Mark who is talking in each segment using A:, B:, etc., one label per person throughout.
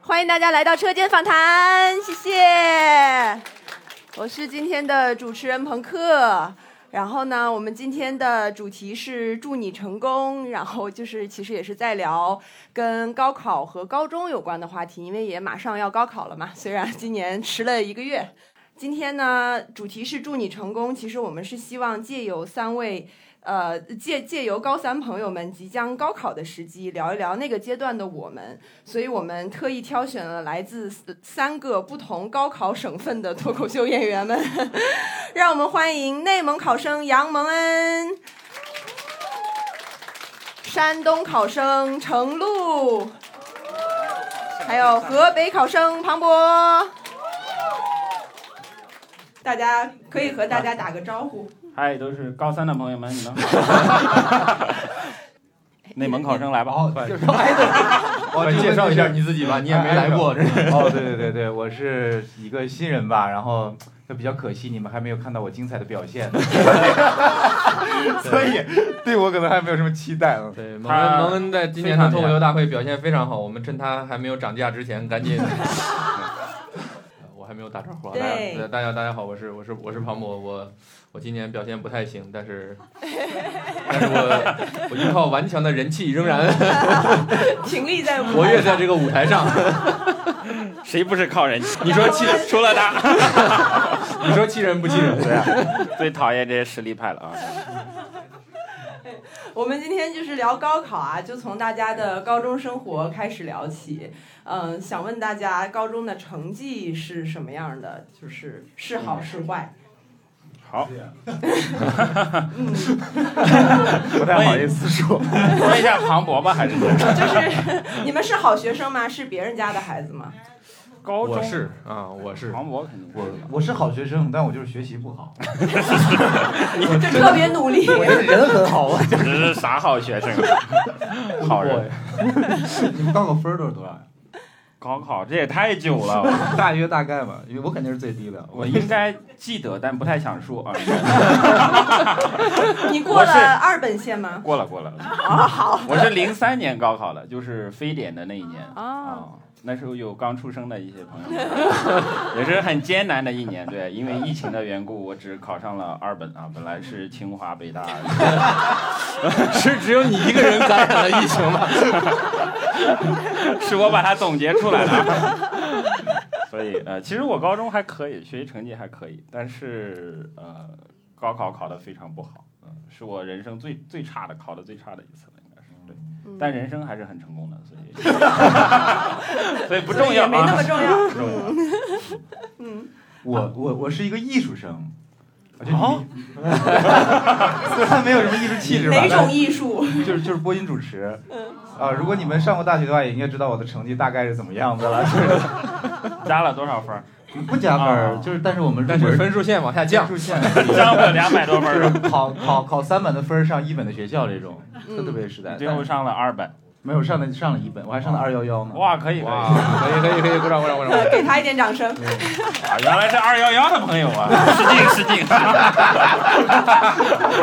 A: 欢迎大家来到车间访谈，谢谢。我是今天的主持人朋克。然后呢，我们今天的主题是祝你成功。然后就是其实也是在聊跟高考和高中有关的话题，因为也马上要高考了嘛。虽然今年迟了一个月，今天呢主题是祝你成功。其实我们是希望借由三位。呃，借借由高三朋友们即将高考的时机，聊一聊那个阶段的我们，所以我们特意挑选了来自三个不同高考省份的脱口秀演员们，让我们欢迎内蒙考生杨蒙恩，山东考生程璐，还有河北考生庞博，大家可以和大家打个招呼。
B: 嗨，都是高三的朋友们，你们 好！内蒙考生来吧，
C: 哦，
B: 快！
C: 我
D: 快介绍一下你自己吧，你也没来过，这是
C: 哦，对对对对，我是一个新人吧，然后就比较可惜，你们还没有看到我精彩的表现，所以对我可能还没有什么期待了。
D: 对，蒙
B: 他
D: 恩蒙恩在今年的脱口秀大会表现非常好，我们趁他还没有涨价之前，赶紧。我还没有打招呼啊，大家
A: 对
D: 对大家大家好，我是我是我是庞博，我我今年表现不太行，但是但是我我依靠顽强的人气仍然
A: 挺立在舞台
D: 活跃在这个舞台上。
B: 谁不是靠人 气？你说气，除了他，
D: 你说气人不气人？
B: 对啊，最讨厌这些实力派了啊！
A: 我们今天就是聊高考啊，就从大家的高中生活开始聊起。嗯，想问大家高中的成绩是什么样的？就是是好是坏？
B: 好，
A: 嗯，
C: 不太好意思说，
B: 问一下庞博吧，还是
A: 就是你们是好学生吗？是别人家的孩子吗？
B: 高中
D: 我是啊，我是
B: 庞博肯定
C: 我
B: 是
C: 我是好学生，但我就是学习不 好，
A: 就特别努力。
C: 我这人很好，啊
B: 这是啥好学生？啊 好人，
C: 你们高考分儿都是多少呀？
B: 高考这也太久了，
C: 大约大概吧，因为我肯定是最低的，
B: 我应该记得，但不太想说啊。
A: 你过
B: 我是
A: 了二本线吗？
B: 过了过了，我是零三年高考的，就是非典的那一年。
A: 啊，
B: 啊，那时候有刚出生的一些朋友， 也是很艰难的一年。对，因为疫情的缘故，我只考上了二本啊，本来是清华、北大，
D: 是只有你一个人感染了疫情吗？
B: 是我把它总结出来的 啊。所以呃，其实我高中还可以，学习成绩还可以，但是呃，高考考得非常不好，嗯、是我人生最最差的，考得最差的一次了，应该是对。
A: 嗯
B: 但人生还是很成功的，所以 所以不
A: 所
B: 重
A: 以也
B: 要
A: 没那
B: 啊，
A: 么重 要。
B: 不重要。
A: 嗯，
C: 我我我是一个艺术生，我就
B: 哦
C: 你 虽然没有什么艺术气质吧，
A: 哪
C: 但
A: 种艺术？
C: 就是就是播音主持
A: 嗯。
C: 啊，如果你们上过大学的话，也应该知道我的成绩大概是怎么样的了。 就是
B: 加了多少分儿？
C: 不加分儿
B: 啊，
C: 就是但是我们
D: 但是分数线往下降，
C: 出现，
B: 加了两百多分
C: 就
B: 儿
C: 是。考考考三本的分儿上一本的学校这种，特别
A: 嗯，
C: 实 在。
B: 最后
C: 但
B: 上了二本，
C: 没有上的上了一本，我还上了二幺幺呢。
B: 哇，可以可以
D: 哇， 可以可以可以，鼓掌鼓掌鼓掌！
A: 给他一点掌声。
B: 啊！原来是二幺幺的朋友啊，失敬失敬。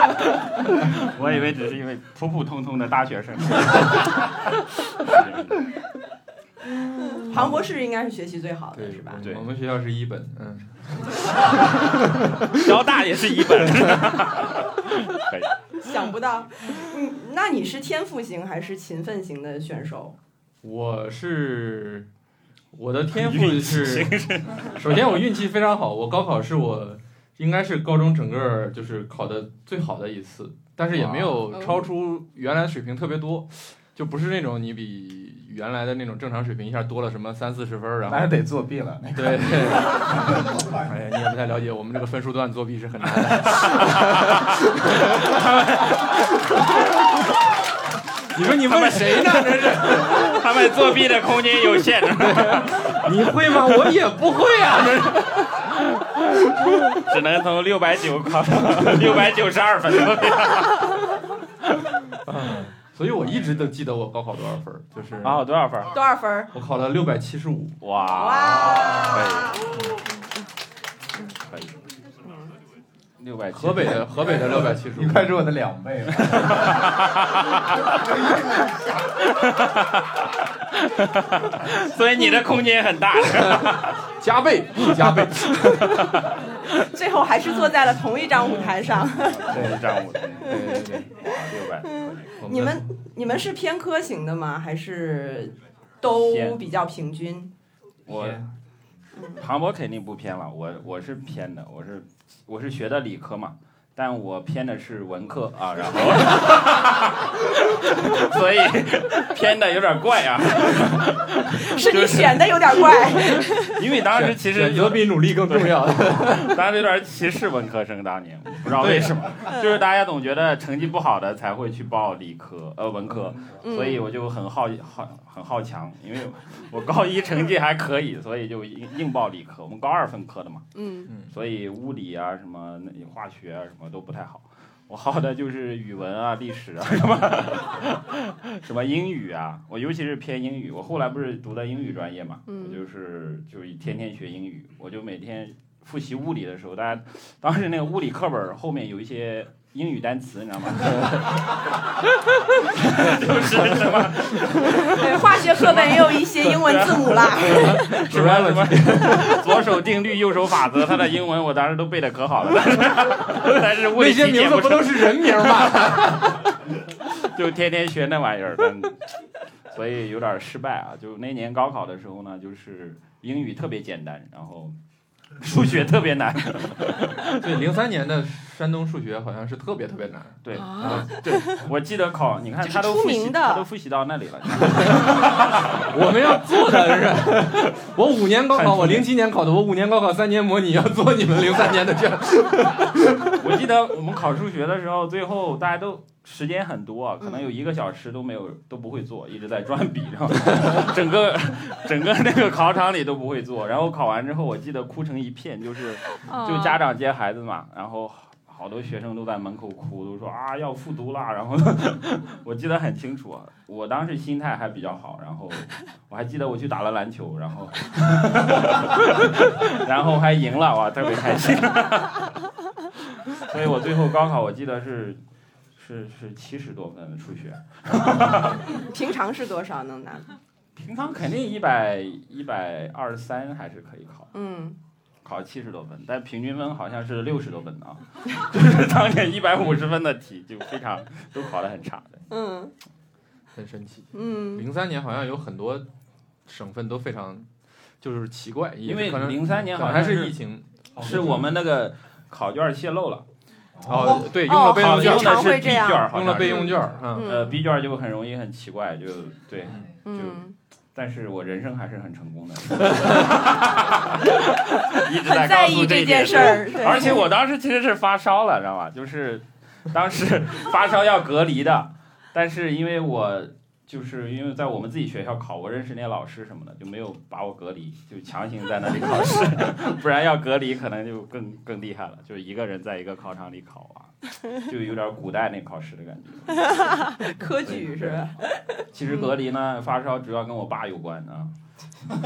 B: 我以为只是一位普普通通的大学生。
A: 庞博士应该是学习最好的，是吧？
B: 嗯对
D: 我们学校是一本，嗯。
B: 交大也是一本，可以。
A: 想不到，嗯，那你是天赋型还是勤奋型的选手？
D: 我是我的天赋是，首先我运气非常好，我高考是我应该是高中整个就是考的最好的一次，但是也没有超出原来水平特别多，就不是那种你比原来的那种正常水平一下多了什么三四十分儿，然后
C: 那是得作弊了。
D: 对， 哎呀，你也不太了解，我们这个分数段作弊是很难 的。你说你问谁呢？这是，
B: 他们作弊的空间有限。
D: 你会吗？我也不会啊。
B: 只能从六百九考到 六百九十二分。
D: 所以我一直都记得我高考多少分儿，就是
B: 啊，多少分？
E: 多少分儿？
D: 我考了六百七十五。
B: 哇，可以，可以，六百。
D: 河北的河北的六百七十五
C: 你，快是我的两倍 了。
B: 所以你的空间很大
D: 加倍不加 倍。
E: 最后还是坐在了同一张舞台上。
B: 嗯这一 张我对
D: 对对对，
B: 六百。
D: 我
E: 你们你们是偏科型的吗？还是都比较平均？
B: 我庞博肯定不偏了，我我是偏的，我是我是学的理科嘛，但我偏的是文科啊，然后， 所以偏的有点怪啊，
E: 是你选的有点怪。
B: 因为当时其实
D: 选择比努力更重要。
B: 当时有点歧视文科生，当年不知道为什么，就是大家总觉得成绩不好的才会去报理科呃文科，
A: 嗯
B: 所以我就很好好很好强，因为我高一成绩还可以，所以就硬硬报理科，我们高二分科的嘛。
E: 嗯，
B: 所以物理啊什么那化学啊什么都不太好。我好的就是语文啊、历史啊什么 什么英语啊，我尤其是偏英语。我后来不是读的英语专业嘛，
E: 嗯
B: 我就是就是天天学英语，我就每天复习物理的时候，大家当时那个物理课本后面有一些。英语单词你知道吗？ 就是什么
E: 嗯对，化学课本也有一些英文字母啦。
B: 啊什么什么，左手定律，右手法则，它的英文我当时都背的可好了，但是 但是物理
D: 那些
B: 题解
D: 名字
B: 不
D: 不
B: 出
D: 都是人名吗？
B: 就天天学那玩意儿，但所以有点失败啊。就那年高考的时候呢，就是英语特别简单，然后数学特别难。
D: 对，零三年的山东数学好像是特别特别难。
B: 对，
E: 啊
B: 对，我记得考，你看
E: 这是
B: 他都
E: 出
B: 复习，
E: 名的
B: 他都复习到那里了。
D: 我们要做的 是，我五年高考，我零七年考的，我五年高考三年模拟，要做你们零三年的卷。
B: 我记得我们考数学的时候，最后大家都时间很多啊，可能有一个小时都没有都不会做，一直在转笔，然后 整个整个那个考场里都不会做。然后考完之后，我记得哭成一片，就是就
F: 哦
B: 家长接孩子嘛，然后好好多学生都在门口哭，都说啊要复读啦。然后 我记得很清楚啊，我当时心态还比较好，然后我还记得我去打了篮球，然后 然后还赢了，哇，特别开心。 所以我最后高考我记得是是是七十多分的数学，
E: 平常是多少能拿？
B: 平常肯定一百一百二十三还是可以考。
E: 嗯，
B: 考七十多分，但平均分好像是六十多分啊， 就是当年一百五十分的题就非常都考得很差的。
E: 嗯
D: 很神奇，
E: 嗯，
D: 零三年好像有很多省份都非常就是奇怪，也
B: 因为
D: 可能
B: 零三年
D: 可能
B: 好
D: 还
B: 像
D: 是
B: 是
D: 疫情。
B: 是我们那个考卷泄露了，
D: 哦，对，用了
E: 哦
D: 备
B: 考
D: 用
B: 用
D: 卷，
B: 的
E: 常
B: 是
E: 会
B: B
E: 这样
B: 卷，
D: 用了备用卷，嗯，
B: 呃
E: 嗯
B: B 卷就很容易很奇怪，就对，
E: 嗯，
B: 但是我人生还是很成功的， 一直
E: 很在
B: 告诉
E: 意
B: 这
E: 件
B: 一点
E: 事儿，对
B: 而且我当时其实是发烧了，知道吧？就是 当时发烧要隔离的，但是因为我就是因为在我们自己学校考，我认识那些老师什么的，就没有把我隔离，就强行在那里考试， 不然要隔离可能就更更厉害了，就是一个人在一个考场里考啊，就有点古代那考试的感觉。
E: 科举是吧？
B: 其实隔离呢，发烧主要跟我爸有关啊。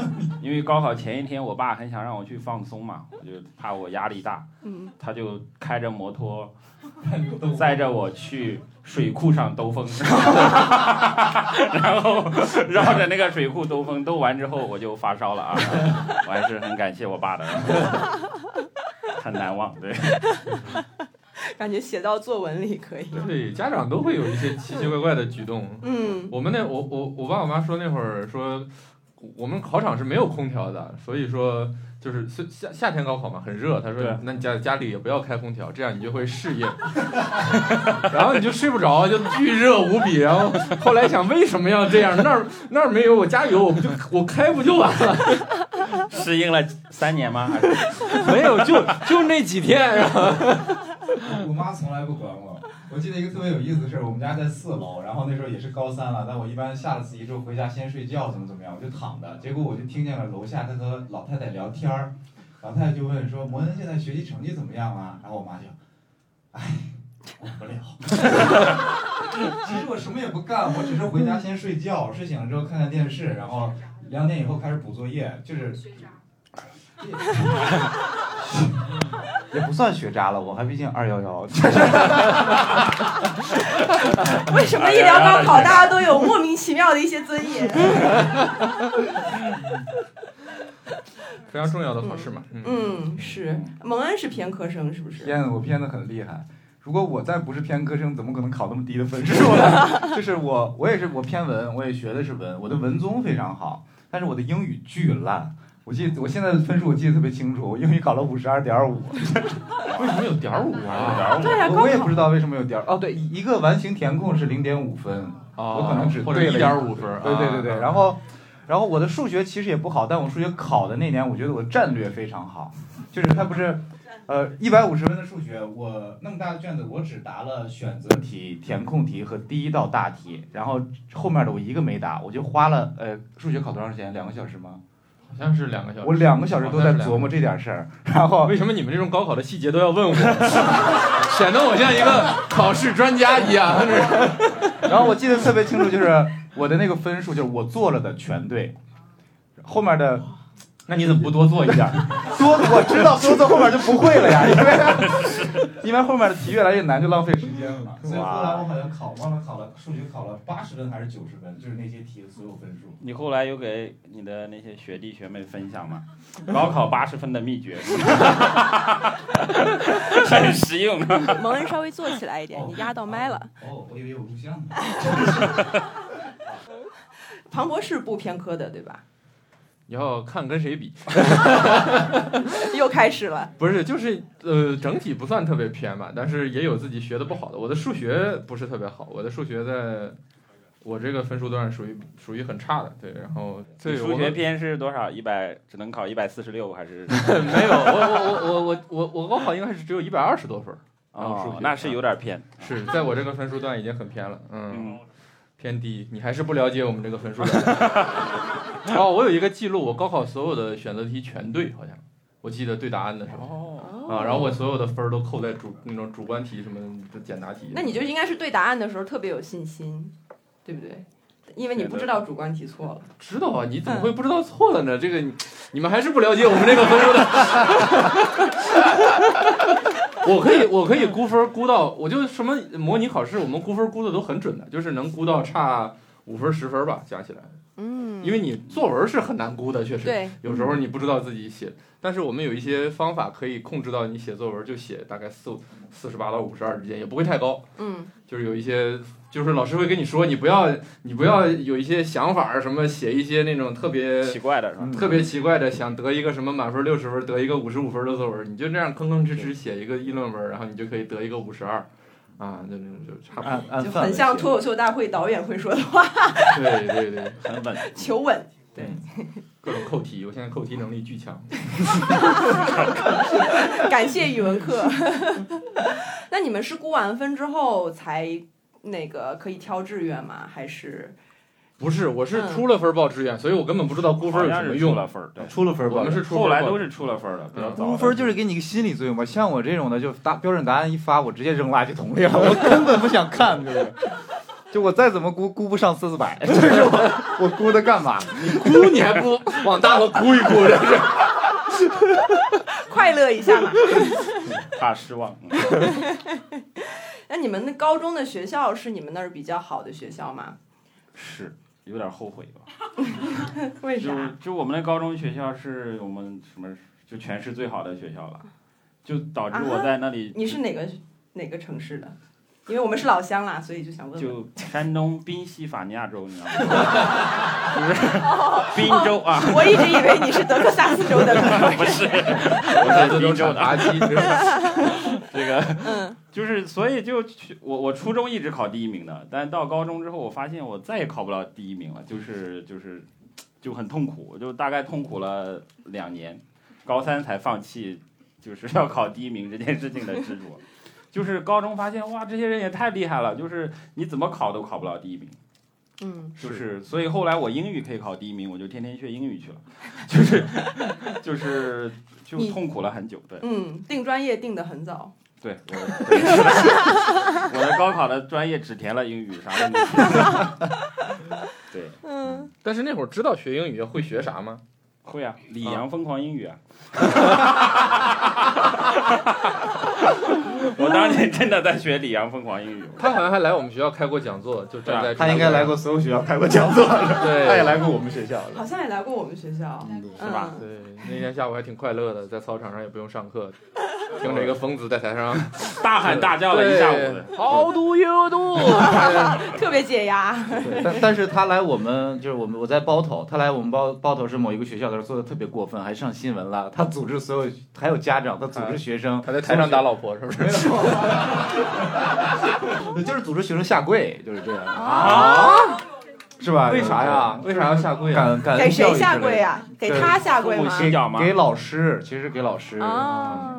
B: 因为高考前一天，我爸很想让我去放松嘛，我就怕我压力大，
E: 嗯
B: 他就开着摩托，载着我去水库上兜风， 然后绕着那个水库兜风，兜完之后我就发烧了啊！我还是很感谢我爸的， 很难忘。对，
E: 感觉写到作文里可以。
D: 对，家长都会有一些奇奇怪怪的举动。
E: 嗯
D: 我们那我我我爸我妈说那会儿说，我们考场是没有空调的，所以说就是夏夏夏天高考嘛，很热。他说
B: 对，
D: 那你家家里也不要开空调，这样你就会适应， 然后你就睡不着，就巨热无比。然后后来想为什么要这样？那儿那儿没有，我家有，我不就我开不就完了？
B: 适应了三年吗？还是
D: 嗯没有，就就那几天。然后
C: 我妈从来不管我，
G: 我记得一个特别有意思的事儿，我们家在四楼，然后那时候也是高三了，但我一般下了自习之后回家先睡觉，怎么怎么样，我就躺着，结果我就听见了楼下他和老太太聊天儿，老太太就问说：“摩恩现在学习成绩怎么样啊？”然后我妈就，唉，管不了。 其实我什么也不干，我只是回家先睡觉，睡醒了之后看看电视，然后两点以后开始补作业，就是
C: 也不算学渣了，我还毕竟二幺幺，哎
E: 为什么一聊高考，大家都有莫名其妙的一些尊严？
C: 哎
D: 非常重要的考试嘛。嗯，
E: 嗯，是蒙恩是偏科生，是不是？
C: 偏我偏的很厉害。如果我再不是偏科生，怎么可能考那么低的分 数呢？就是我，我也是我偏文，我也学的是文，我的文综非常好，但是我的英语巨烂。我记得我现在的分数我记得特别清楚，我英语考了五十二点五，
D: 为嗯什么有点儿五啊？
B: 然后
E: 对呀、
C: 我
E: 高
C: 我也
E: 考
C: 不知道为什么有点儿哦，对，一一个完形填空是零点五分，
D: 啊
C: 我可能只
D: 或者
C: 对
D: 一
C: 了一
D: 点五分。啊
C: 对对对对，然
D: 后
C: 后，然后我的数学其实也不好，但我数学考的那年，我觉得我战略非常好，就是他不是，呃，一百五十
G: 十
C: 分
G: 分的数学，我那么大的卷子，我只答了选择
C: 的题、填空题和第一道大题，然后后面的我一个没答，我就花了呃，数学考多长时间？两个小时吗？
D: 好像是两个小时。
C: 我哦两个小时都在琢磨这点事儿，然后
D: 为什么你们这种高考的细节都要问我，显得我像一个考试专家一样。这是
C: 然后我记得特别清楚，就是我的那个分数就是我做了的全对，后面的
D: 那你怎么不多做一下？
C: 多我知道多做后面就不会了呀，因为因为后面的题越来越难，就浪费时
G: 时
C: 间
G: 间
C: 了。
G: 了。所以后来我好像考忘了考了数学考了八十分还是九十分，就是那些题的所有分数。
B: 你后来有给你的那些学弟学妹分享吗？高考八十分的秘诀， 很实用的。
E: 蒙恩稍微坐起来一点，你压到麦了。
G: 哦，我以为我录像呢。
E: 庞博是不偏科的，对吧？
D: 你要看跟谁比。
E: 又开始了，
D: 不是，就是呃，整体不算特别偏吧，但是也有自己学的不好的。我的数学不是特别好，我的数学在我这个分数段属于属于很差的。对，然后
B: 你
D: 对
B: 数
D: 我
B: 学
D: 们
B: 偏是多少？一百只能考一百四十六还是？
D: 没有，我我我我我我高考应该是只有一百二十多分儿，数
B: 哦
D: 学，
B: 那是有点偏。
D: 是在我这个分数段已经很偏了，嗯，
B: 嗯，
D: 偏低。你还是不了解我们这个分数段。 哦，我有一个记录，我高考所有的选择题全对，好像我记得对答案的时候。
B: 哦，
D: 啊，然后我所有的分儿都扣在主那种主观题什么的简答题。
E: 那你就应该是对答案的时候特别有信心，对不对？因为你不知道主观题错了。
D: 知道啊？你怎么会不知道错了
E: 嗯
D: 呢？这个你你们还是不了解我们这个分数的。 我可以，我可以估分儿估到，我就什么模拟考试，我们估分儿估的都很准的，就是能估到差五分儿十分儿吧，加起来。
E: 嗯
D: 因为你作文是很难估的，确实。
E: 对，
D: 有时候你不知道自己写，但是我们有一些方法可以控制到你写作文就写大概四四十八到五十二之间，也不会太高。
E: 嗯，
D: 就是有一些，就是老师会跟你说，你不要，你不要有一些想法儿什么，写一些那种特别
B: 奇怪的是吧？
D: 特别奇怪的，想得一个什么满分六十分，得一个五十五分的作文，你就这样吭吭哧哧写一个议论文，然后你就可以得一个五十二，啊，就就就差不
C: 按
D: 多。
C: 按
E: 就
C: 范围
E: 很像
C: 写
E: 脱口秀大会导演会说的话，
D: 对对对，
B: 很稳，
E: 求稳。
D: 各种扣题，我现在扣题能力巨强。
E: 感谢语文课。那你们是估完分之后才那个可以挑志愿吗？还是
D: 不是，我是
E: 嗯
D: 出了分报志愿，所以我根本不知道估分
B: 好
D: 有
B: 像
D: 什么
B: 是出
D: 用。
B: 了分儿，对。
C: 出了分儿吧
D: 我们是出
B: 后来
D: 分报
B: 都是出了分儿的，比较早的。
C: 估分就是给你一个心理作用吧，像我这种的，就答标准答案一发，我直接扔垃圾桶里了，我根本不想看，就是，就我再怎么估估不上四四百，就是我我估它干嘛？
D: 估你还 不往大了估一估，这是。
E: 快乐一下嘛？
B: 怕失望。嗯
E: 那你们那高中的学校是你们那儿比较好的学校吗？
B: 是有点后悔吧？
E: 为
B: 就
E: 啥？
B: 就我们那高中学校是我们什么就全市最好的学校了，就导致我在那里
E: 你是哪个哪个城市的？因为我们是老乡啦，所以就想问问。
B: 就山东宾夕法尼亚州，你知道吗？就是宾州啊，
E: 我一直以为你是德克萨斯州的，
B: 不是，
D: 我
B: 我
D: 在
B: 是
D: 这
B: 宾
D: 种
B: 州的。
D: 傻垃圾，这是
B: 这个 就是所以就去我我初中一直考第一名的，但到高中之后，我发现我再也考不了第一名了，就是就是就很痛苦，我就大概痛苦了两年，高三才放弃就是要考第一名这件事情的执着。就是高中发现哇，这些人也太厉害了，就是你怎么考都考不了第一名，
E: 嗯，
B: 就是所以后来我英语可以考第一名，我就天天学英语去了，就是就是就
E: 你
B: 痛苦了很久，对
E: 嗯，定专业定的很早，
B: 对，我的我的 高考的专业只填了英语，啥都没填，对。
E: 嗯，
D: 但是那会儿知道学英语会学啥吗？
B: 会啊，李阳疯狂英语 啊！我当年真的在学李阳疯狂英语，
D: 他好像还来我们学校开过讲座，就站在
C: 他应该来过所有学校开过讲座，
D: 对，
C: 他也来过我们学校
E: 好
C: 的。
E: 像也来过我们学校，
B: 是吧？
D: 对，那天下午还挺快乐的，在操场上也不用上 课，听着一个疯子在台上
B: 大喊大叫了一下午的。
D: How do you do？
E: 嗯？特别解压，
C: 对但但是他来我们就是我们我在包头，他来我们包包头是某一个学校的时候做的特别过分，还上新闻了。他组织所有还有家长，他组织学生，
D: 他在台上打老
C: 老，
D: 婆是不是？
C: 就是组织学生下跪，就是这样
B: 啊！
C: 是吧？
D: 为啥呀？为啥要下跪啊？
C: 感感
E: 给
C: 恩教育
E: 谁
C: 之
E: 下
C: 类
E: 跪啊
C: 的？
E: 呀？给
C: 对
E: 他下跪
B: 父母
E: 吗？
B: 心脚吗？
C: 给老师，其实给老师，
E: 啊，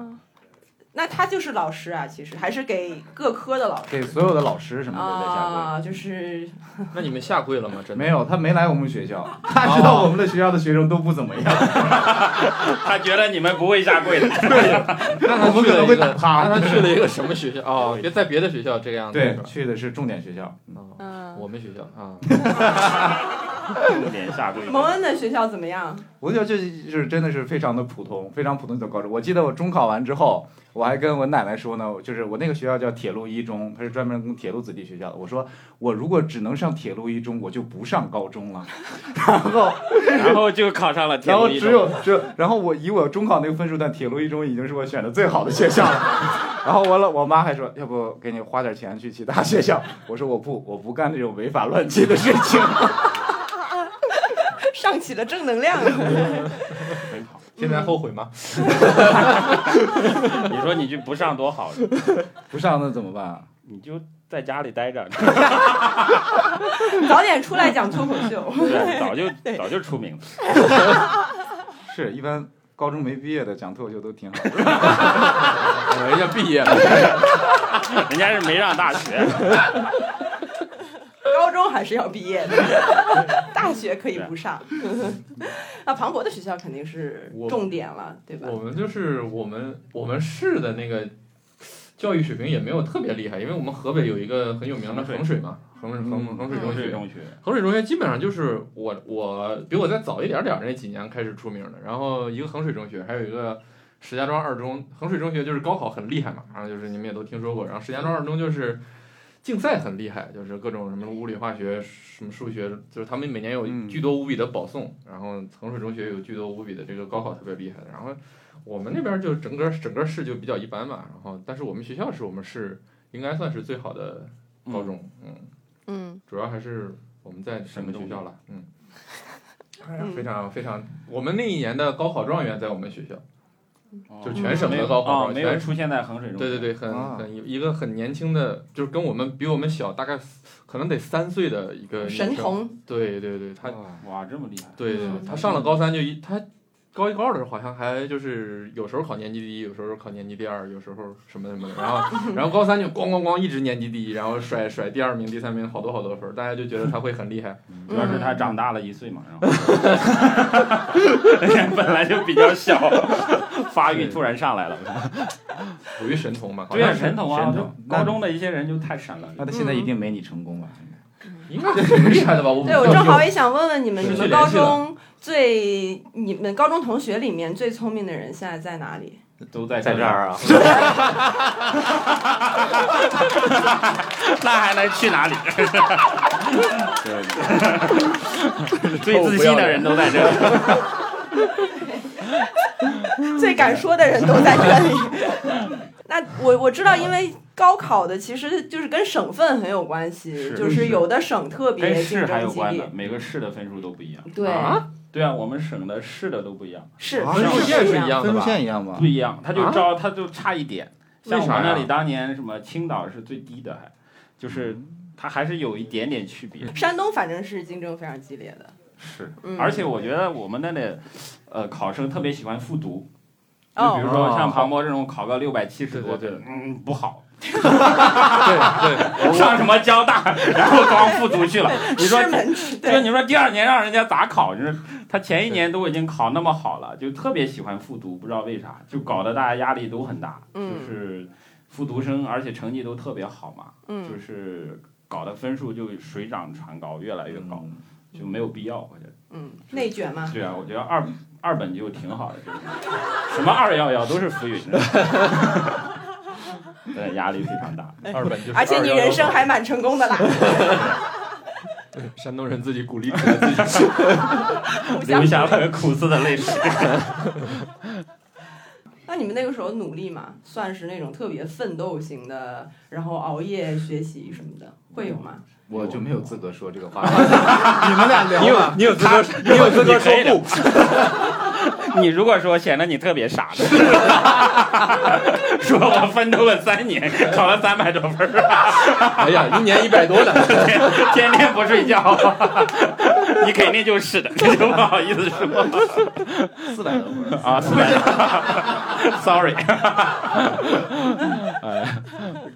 E: 那他就是老师啊，其实还是给各科的老师
C: 给所有的老师
D: 嗯
C: 什么的在下
E: 啊，就是
D: 那你们下跪了吗？真的
C: 跪。没有，他没来我们学
D: 哦
C: 校，他知道我们的学校的学生都不怎么样，
B: 他觉得你们不会下跪的。
D: 那
C: 我
D: 他
C: 们
D: 去
C: 可
D: 了
C: 能
D: 一
C: 会打
D: 个，
C: 趴。
D: 那他去了一个什么学 校？哦，别在别的学校这个样子是
C: 对
D: 吧，？
C: 去的是重点学校，
D: 哦
E: 嗯，
D: 我们学校啊，
B: 重点下跪。
E: 蒙恩的学校怎么样？
C: 我觉得这就是真的是非常的普通，非常普通的高中。我记得我中考完之后，我还跟我奶奶说呢，就是我那个学校叫铁路一中，它是专门供铁路子弟学校的。我说我如果只能上铁路一中，我就不上高中了。 然后
B: 然后就考上 了铁
C: 然
B: 路
C: 后
B: 一
C: 只
B: 中。
C: 有只有，然后我以我中考那个分数段，铁路一中已经是我选的最好的学校了。 然后我老我妈还说，要不给你花点钱去其他学校？我说我不，我不干这种违法乱纪的事情。
E: 上起了正能量，
B: 很好
D: 现在后悔吗？
B: 你说你就不上多好，
C: 不上那怎么办？啊
B: 你就在家里 待着，
E: 早点出来讲脱口秀。
B: 对，早就早就出名了。
C: 是一般高中没毕业的讲脱口秀都挺好的。
D: 人家毕业了，
B: 人家是没上大学，
E: 高中还是要毕业的，大学可以不上。 那庞博的学校肯定是重点了，对吧？
D: 我们就是我们我们市的那个教育水平也没有特别厉害，因为我们河北有一个很有名的衡水嘛，衡水衡嗯衡水中
B: 衡水
D: 学，
B: 中学，
D: 衡水中学基本上就是我我比我再早一点点儿那几年开始出名的，然后一个衡水中学，还有一个石家庄二中。衡水中学就是高考很厉害嘛，然后就是你们也都听说过，然后石家庄二中就是竞赛很厉害，就是各种什么物理、化学、什么数学，就是他们每年有
C: 嗯
D: 巨多无比的保送，然后衡水中学有巨多无比的这个高考特别厉害的，然后我们那边就整个整个市就比较一般吧，然后但是我们学校是我们市应该算是最好的高中，嗯
E: 嗯，
D: 主要还是我们在什么学校了，嗯，哎呀
E: 嗯
D: 非常非常，我们那一年的高考状元在我们学校，
B: 哦
D: 就全省的高
B: 哦
D: 考状
B: 没
D: 元，
B: 有
D: 全
B: 出现在衡水中学。
D: 对对对，很
C: 啊
D: 很一个很年轻的，就是跟我们比我们小大概可能得三岁的一个女生
E: 神，童，啊
D: 对对对，她
B: 哇，这么厉害！
D: 对对，
E: 嗯
D: 她上了高三就一她。高一高二的时候，好像还就是有时候考年级第一，有时候考年级第二，有时候什么什么的。然后，然后高三就咣咣咣一直年级第一，然后甩甩第二名、第三名，好多好多分儿，大家就觉得她会很厉害。
E: 嗯
B: 主要是他长大了一岁嘛，然后 本来就比较小，发育突然上来了。
D: 属于神童吧？
B: 对呀，
D: 好像
B: 神
D: 是
B: 童啊，
C: 神
B: 就
C: 童
B: 高中的一些人就太神了。
C: 那他现在一定没你成功吧？
D: 应该是挺厉害的吧？我
E: 对我正好也想问问你们，
D: 对
E: 你们高中最你们高中同学里面最聪明的人现在在哪里？
B: 都在
C: 在这，儿啊，
B: 那还能去哪里？ 对，最自信的人都在这 儿。
E: 最敢说的人都在这里。 那我我知道，因为高考的其实就是跟省份很有关系，
B: 是
E: 就是有的省特别
B: 跟
E: 竞
B: 市还
E: 争
B: 有
E: 激
B: 关
E: 烈
B: 的，，每个市的分数都不一样。
E: 对，
D: 啊，
B: 对啊，我们省的市的都不一样，
E: 是
C: 啊
D: 分数
E: 是
D: 线
E: 这
D: 是
E: 样
D: 一样
C: 分
D: 的吧？
C: 数线一样吗
B: 不？一样，他就
D: 啊
B: 招，他就差一点。像我们
D: 为啥呀
B: 那里当年什么青岛是最低的，还就是它还是有一点点区别。
D: 嗯
E: 山东反正是竞争非常激烈的，
B: 是，
E: 嗯
B: 而且我觉得我们那里，呃，考生特别喜欢复读，就比
E: 哦
B: 如说
D: 哦
B: 像庞博这种考个六百七十
D: 对
B: 多，
D: 对
B: 嗯，不好，
D: 对对，
B: 上什么交大，然后刚复读 去了。你说
E: 师门制
B: 就
E: 对
B: 你说第二年让人家咋考？就是他前一年都已经考那么好了，就特别喜欢复读，不知道为啥，就搞得大家压力都很大。
E: 嗯
B: 就是复读生，而且成绩都特别好嘛，就
E: 嗯，
B: 是搞得分数就水涨船高，越来越高，就没有必要。我觉得，
E: 嗯，
A: 内卷嘛，
B: 对啊，我觉得二二本就挺好的，就是什么二幺幺都是浮云的， 对，压力非 常大。
D: 二本就是
E: 哎而且你人生
D: 211
E: 还蛮成功的啦，
D: 山东人自己鼓励起来自己。
E: 互相
B: 流下了苦涩的泪水。
A: 那你们那个时候努力嘛，算是那种特别奋斗型的，然后熬夜学习什么的，会有吗？
C: 我就没有资格说这个话。 你们俩
D: 你
C: 聊
D: 有
C: 吧。
D: 你有资格，你有资格说不？
B: 你如果说显得你特别傻的， 说我奋斗了三年，考了三百多分儿，
D: 哎呀，一年一百多呢。
B: 天天天不睡觉，你肯定就是的， 这就不好意思说
C: 四百多分
B: 啊，四百，sorry。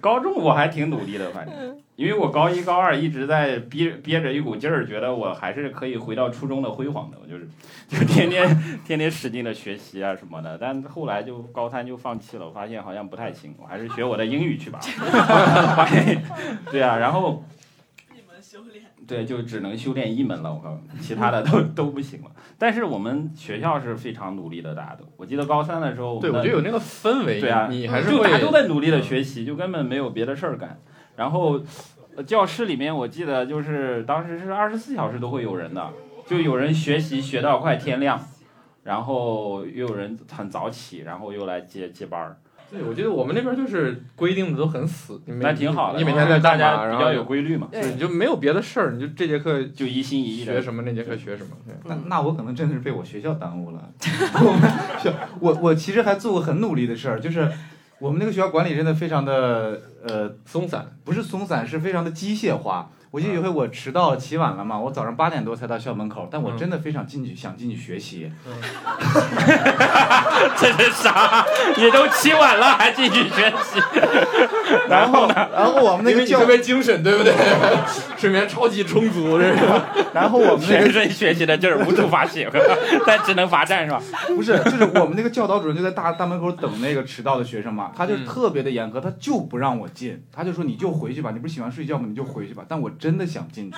B: 高 中我还挺努力的，反正，因为我高一高二一直在憋憋着一股劲儿，觉得我还是可以回到初中的辉煌的，我就是 就天天天天使劲的学习啊什么的，但后来就高三就放弃了，我发现好像不太行，我还是学我的英语去吧。 发现对啊，然后对，就只能修炼一门了，我告诉你，其他的都 都不行了。但是我们学校是非常努力的，大家都，我记得高三的时候，
D: 对，我
B: 们
D: 觉得有那个氛围，
B: 对啊，
D: 你还是
B: 就
D: 会
B: 大家都在努力的学习，就根本没有别的事儿干。然后呃教室里面，我记得就是当时是二十四小时都会有人的，就有人学习学到快天亮，然后又有人很早起，然后又来接接班儿，
D: 对，我觉得我们那边就是规定的都很死，你每
B: 那挺好的。
D: 你每天在
B: 大
D: 干
B: 家
D: 嘛
B: 比
D: 然
B: 较
D: 后
B: 有规律嘛，
D: 对，
E: 对
D: 你就没有别的事儿，你就这节课
B: 就一心一意
D: 学
B: 的。
D: 什么，那节课学什么。对，
C: 那
E: 嗯
C: 那我可能真的是被我学校耽误了。 我们学我我其实还做过很努力的事儿，就是我们那个学校管理真的非常的呃，
D: 松散，
C: 不是松散，是非常的机械化。我记得有一回我迟到起晚了嘛，我早上八点多才到校门口，但我真的非常进去想进去学习。
B: 这是啥？你都起晚了还继续学 习？
C: 然后然后我们那
D: 因
C: 个
D: 为你
C: 教
D: 特，别精神，对不 对？睡眠超级充足，这是。
C: 然后我们那个
B: 全身学习的劲儿无处发泄， 但只能罚站是吧？
C: 不是，就是我们那个教导主任就在大大门口等那个迟到的学生嘛，他就
D: 嗯
C: 特别的严格，他就不让我进，他就说你就回去吧，你不是喜欢睡觉吗？你就回去吧。但我真的想进去，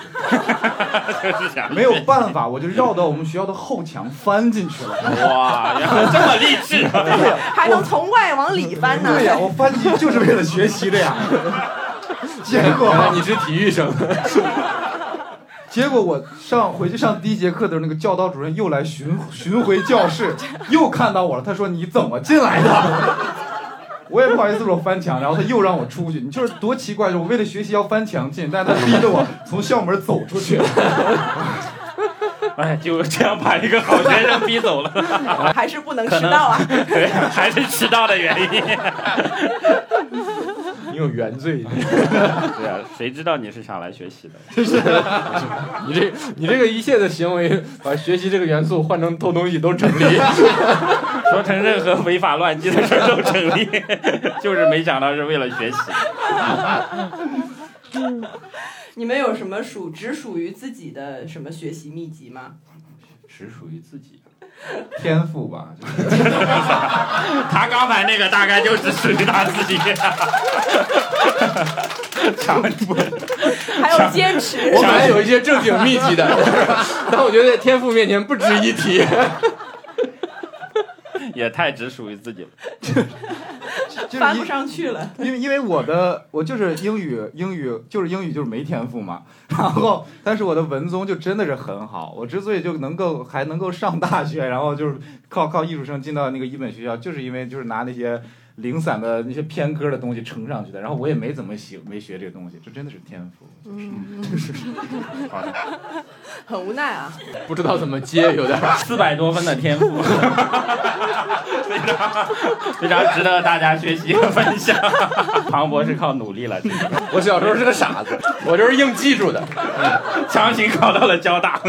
B: 就是这样。
C: 没有办法，我就绕到我们学校的后墙翻进去了。
B: 哇，原来这么励志！啊
E: 还能从外往里翻呢。
C: 对呀、我翻进去就是为了学习的呀。 结
D: 原来
C: 果
D: 你是体育生，
C: 结果我上回去上第一节课的时候，那个教导主任又来巡巡回教室，又看到我了，他说你怎么进来的？ 我也不好意思说翻墙，然后他又让我出去，你就是多奇怪！我为了学习要翻墙进，但是他逼着我从校门走出去。
B: 哎，就这样把一个好学生逼走了，
E: 还是不能迟到啊！
B: 对，还是迟到的原因。
D: 你有原罪。
B: 对啊，谁知道你是想来学习的？
D: 你这你这个一切的行为，把学习这个元素换成偷东西都成立。
B: 说成任何违法乱纪的事儿都成立， 就是没想到是为了学习。
A: 你们有什么属只属于自己的什么学习秘籍 吗？
B: 只属于自己。
C: 天赋吧，就是
B: 他刚才那个大概就是属于他自己。强迫
E: 还有坚持
D: 我，本来有一些正经秘籍 的， 但我觉得在天赋面前不值一提。
B: 也太只属于自己了。
C: 就是
A: 翻
C: 因
A: 不上去 了，
C: 因为因为我的我就是英语英语就是英语就是没天赋嘛，然后但是我的文综就真的是很好，我之所以就能够还能够上大学，然后就是靠靠艺术生进到那个一本学校，就是因为就是拿那些零散的那些偏科的东西撑上去的，然后我也没怎么学没学这个东西，这真的是天赋。
B: 好的，
A: 很无奈啊。
D: 不知道怎么接，有点儿
B: 四百多分的天赋， 非常非常值得大家学习和分 享。庞博是靠努力了，这个
D: 我小时候是个傻子，我就是硬记住的。
B: 强行考到了交大。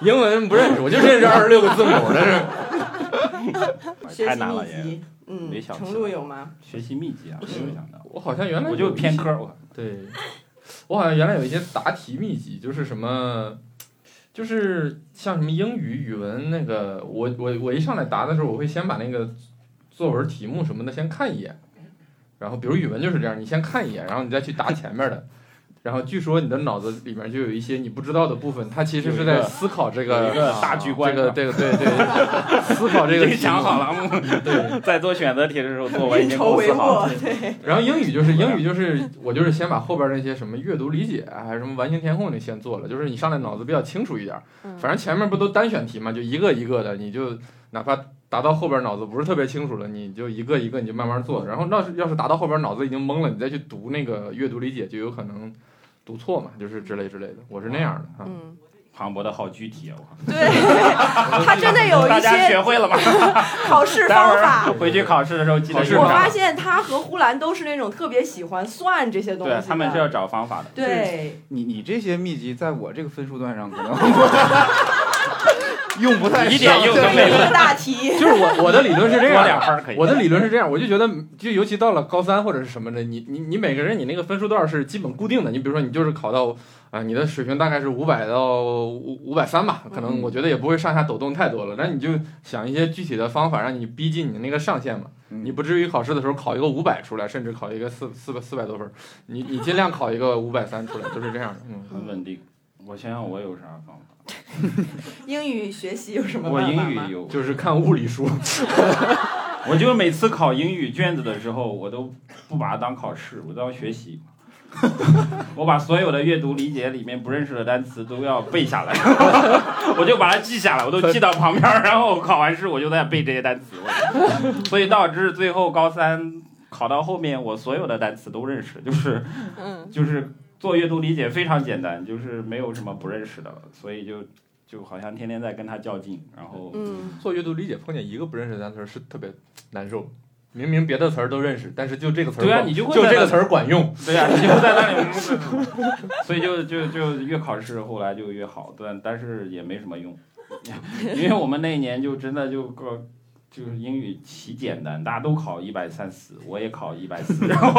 D: 英文不认识，我就认识二十六个字母，但是
A: 学
B: 太
A: 习
B: 难了
A: 秘
B: 也
A: 籍，嗯
B: 没，想起
A: 程
B: 来
A: 璐有 吗？
B: 学习秘籍啊，没有想到，
D: 我好像原来
B: 我就
D: 有一
B: 偏
D: 些
B: 科，我
D: 对，我好像原来有一些答题秘籍，就是什么，呃就是像什么英语、语文那个，我我我一上来答的时候，我会先把那个作文题目什么的先看一眼，然后比如语文就是这样，你先看一眼，然后你再去答前面的。 然后据说你的脑子里面就有一些你不知道的部分，它其实是在思考这
B: 有
D: 个
B: 一个大局观
D: 这个这个对对，思考这
B: 已
D: 个
B: 经想好
D: 了。
B: 了，我
D: 对，
B: 在做选择题的时候，作文已
A: 运
B: 经
A: 筹
B: 构
A: 帷
B: 思好了。
A: 幄，对，
D: 然后英语就是英语就是我就是先把后边那些什么阅读理解啊还是什么完形填空就先做了，就是你上来脑子比较清楚一点儿。
E: 嗯
D: 反正前面不都单选题嘛，就一个一个的，你就哪怕答到后边脑子不是特别清楚了，你就一个一个你就慢慢做。然后要是要是答到后边脑子已经懵了，你再去读那个阅读理解就有可能读错嘛，就是之类之类的。我是那样的啊。
E: 嗯，
B: 庞博的好具体啊，我靠
E: 对， 他真的有
B: 大
E: 一
B: 家学
E: 些
B: 会了吗？
E: 考试
B: 待
E: 方
B: 会
E: 法
B: 儿。啊回去考试的时候记得
D: 考试
B: 用
A: 我
D: 方
B: 上
D: 法
A: 发现他和呼兰都是那种特别喜欢算这些东西
B: 对
A: 的，
B: 他们是要找方法的。
A: 对，
C: 你你这些秘籍在我这个分数段上可能 用不太
B: 一点
C: 上
B: 用
A: 这
B: 都
C: 对
B: 没有
A: 是一 个大题，
D: 就是我我的理论是这
B: 多
D: 样
B: 两
D: 的，
B: 分儿可以。
D: 我的理论是这样，我就觉得，就尤其到了高三或者是什么的，你你你每个人你那个分数段是基本固定的。你比如说，你就是考到啊、你的水平大概是五百到五五百三吧，可能我觉得也不会上下抖动太多了。那你就想一些具体的方法，让你逼近你那个上限嘛。
C: 嗯
D: 你不至于考试的时候考一个五百出来，甚至考一个四四百四百多分儿。你你尽量考一个五百三出来，就是这样的。嗯，
B: 很稳定。我想想，我有啥方法？
A: 英语学习有什么
B: 我
A: 办法
B: 英
A: 吗
B: 语？有，
D: 就是看物理书。
B: 我就每次考英语卷子的时候，我都不把它当考试，我当学习。 我把所有的阅读理解里面不认识的单词都要背下来， 我就把它记下来，我都记到旁边儿，然后考完试我就在背这些单词。我所以导致最后高三考到后面，我所有的单词都认识，就是
E: 嗯，
B: 就是做阅读理解非常简单，就是没有什么不认识的了，所以就就好像天天在跟他较劲，然后
E: 嗯，
D: 做阅读理解碰见一个不认识的单词儿是特别难受的。明明别的词儿都认识，但是就这个词儿
B: 对啊
D: 管
B: 你就会
D: 就
B: 在
D: 这
B: 那
D: 个词儿管用。
B: 对呀、你就在那里，所以就就就越考试后来就越好，但但是也没什么用， 因为我们那一年就真的就个就是英语奇简单，大家都考一百三四，我也考一百四，然后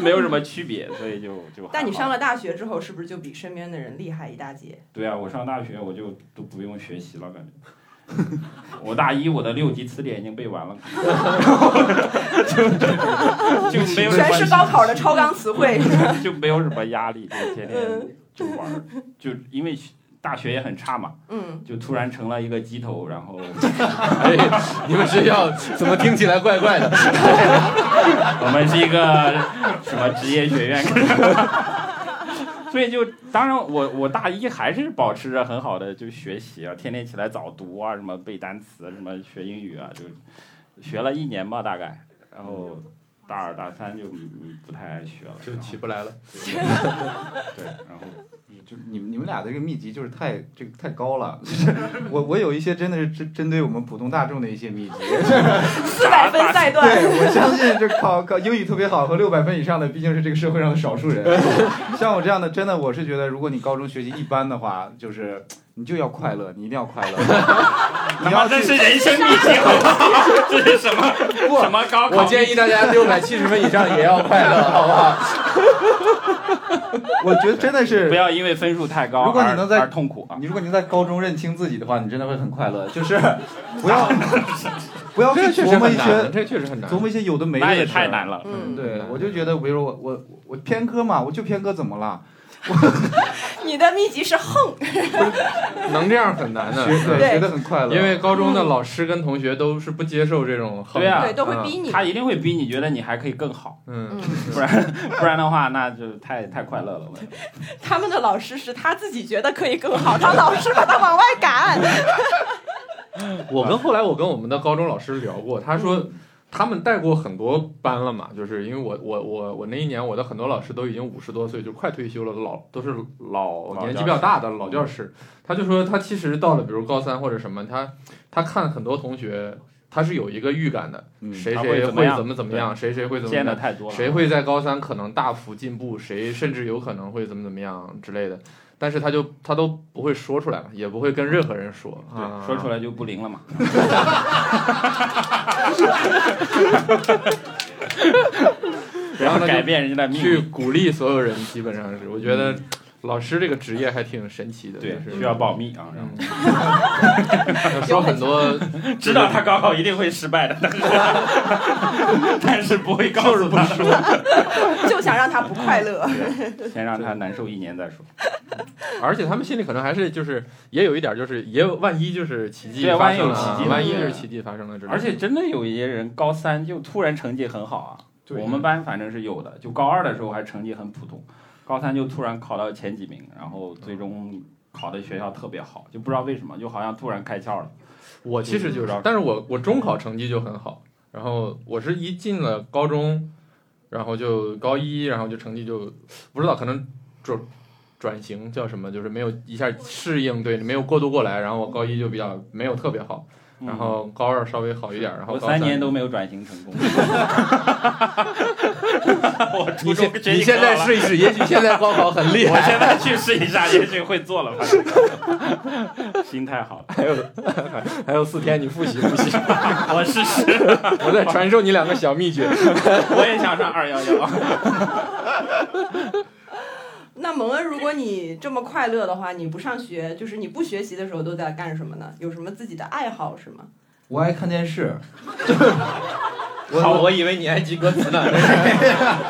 B: 没有什么区别，所以就就还好。
A: 但你上了大学之后，是不是就比身边的人厉害一大截？
B: 对啊，我上大学我就都不用学习了，感觉。 我大一我的六级词典已经背完了， 就就就没有什
A: 全
B: 么
A: 是高考的超纲词汇。
B: 就没有什么压力，就天天就玩儿，就因为大学也很差嘛，
A: 嗯，
B: 就突然成了一个鸡头，然后
D: 哎，你们学校怎么听起来怪怪的？
B: 我们是一个什么职业学院， 所以就当然我我大一还是保持着很好的就学习啊，天天起来早读啊，什么背单词啊，什么学英语啊，就学了一年吧大概，然后大二大三就嗯不太爱学了，
D: 就
B: 然后
D: 起不来了。
B: 对，然后
C: 就你们你们俩的这个秘籍就是太这个太高了，就是 我我有一些真的是针针对我们普通大众的一些秘籍，
A: 四百分赛段，
C: 对，嗯我相信这考考英语特别好和六百分以上的，毕竟是这个社会上的少数人。 像我这样的，真的我是觉得，如果你高中学习一般的话，就是你就要快乐，你一定 要快乐。你要
B: 这是
C: 去
B: 人生秘籍， 这是什么
C: 不
B: 什么高考？
D: 我建议大家六百七十分以上也要快乐，好不好？
C: 我觉得真的是
B: 不要因为分数太高
C: 如果你
B: 而
C: 能在
B: 而痛苦啊！
C: 你如果你在高中认清自己的话，你真的会很 快乐。就是不要不要去琢磨一些
D: 这确实很难
C: 琢。磨一些有的没的
B: 那也
C: 事
B: 太难了。
A: 嗯
C: 对，我就觉得，比如我我我偏科嘛，我就偏科怎么了？
A: 你的秘籍是横，
D: 能这样很难的，啊嗯
C: 学对
A: 对
C: 学的很快乐，
D: 因为高中的老师跟同学都是不接受这种横
B: 对啊
A: 对，都会逼你。
B: 他一定会逼你觉得你还可以更 好，
D: 嗯，
B: 不然的话那就太太快乐了。
A: 他们的老师是他自己觉得可以更好，他老是把他往外赶。
D: 我跟后来我跟我们的高中老师聊过，他说
B: 嗯
D: 他们带过很多班了嘛，就是因为我我我我那一年我的很多老师都已经五十多岁，就快退休了，老都是老
B: 老
D: 年纪
B: 教嗯
D: 比较
B: 师
D: 大的老教师。他就说他其实到了比如高三或者什么，他他看很多同学，他是有一个预感的，
C: 嗯
D: 谁
B: 他
D: 谁
B: 会怎么
D: 会
B: 样
D: 怎么怎么样，谁谁会怎么
B: 见
D: 样
B: 的。太多了，
D: 谁会在高三可能大幅进步，谁甚至有可能会怎么怎么样之类的。但是他就他都不会说出来嘛，也不会跟任何人说。啊
B: 对，说出来就不灵了 嘛。
D: 然后呢就
B: 改变人家的命
D: 去
B: 运，
D: 鼓励所有人，基本上是我觉得老师这个职业还挺神奇的，
B: 对
D: 就，是
B: 需要保密啊。 然
D: 嗯要说很多
B: 后知道他高考一定会失 败的，但是但是不会告诉他，
E: 就想让他不快乐。
B: 先让他难受一年再说。
D: 而且他们心里可能还是就是也有一点，就是也有万一就是奇迹
B: 对
D: 发生了，啊
B: 万一有奇迹
D: 万一就是奇迹发生了之类的，
B: 而且真的有一些人高三就突然成绩很好啊，
D: 对
B: 我们班反正是有的，就高二的时候还成绩很普通，高三就突然考到前几名，然后最终考的学校特别好，就不知道为什么，就好像突然开窍了。
D: 我其实就是
B: 嗯，
D: 但是我我中考成绩就很好，然后我是一进了高中，然后就高一，然后就成绩就不知道可能转转型叫什么，就是没有一下适应，对，没有过渡过来，然后我高一就比较没有特别好，嗯
B: 嗯
D: 然后高二稍微好一点，然后
B: 我
D: 高
B: 三年
D: 都
B: 都没有转型成功。 我初
D: 你
B: 中
D: 现
B: 学
D: 你
B: 习
D: 现
B: 可好
D: 在
B: 了
D: 试一试，也许现在高考很厉
B: 我
D: 害，
B: 现在去试一下，也许会做了。反正心态好了，
D: 还有还有四天，你复习复 习，
B: 我试试。
D: 我再传授你两个小秘诀。
B: 我也想上二幺幺。
A: 那蒙恩，如果你这么快乐的话，你不上学，就是你不学习的时候都在干什么呢？有什么自己的爱好是吗？
G: 我爱看电 视，
D: 好，我以为你爱记歌词呢，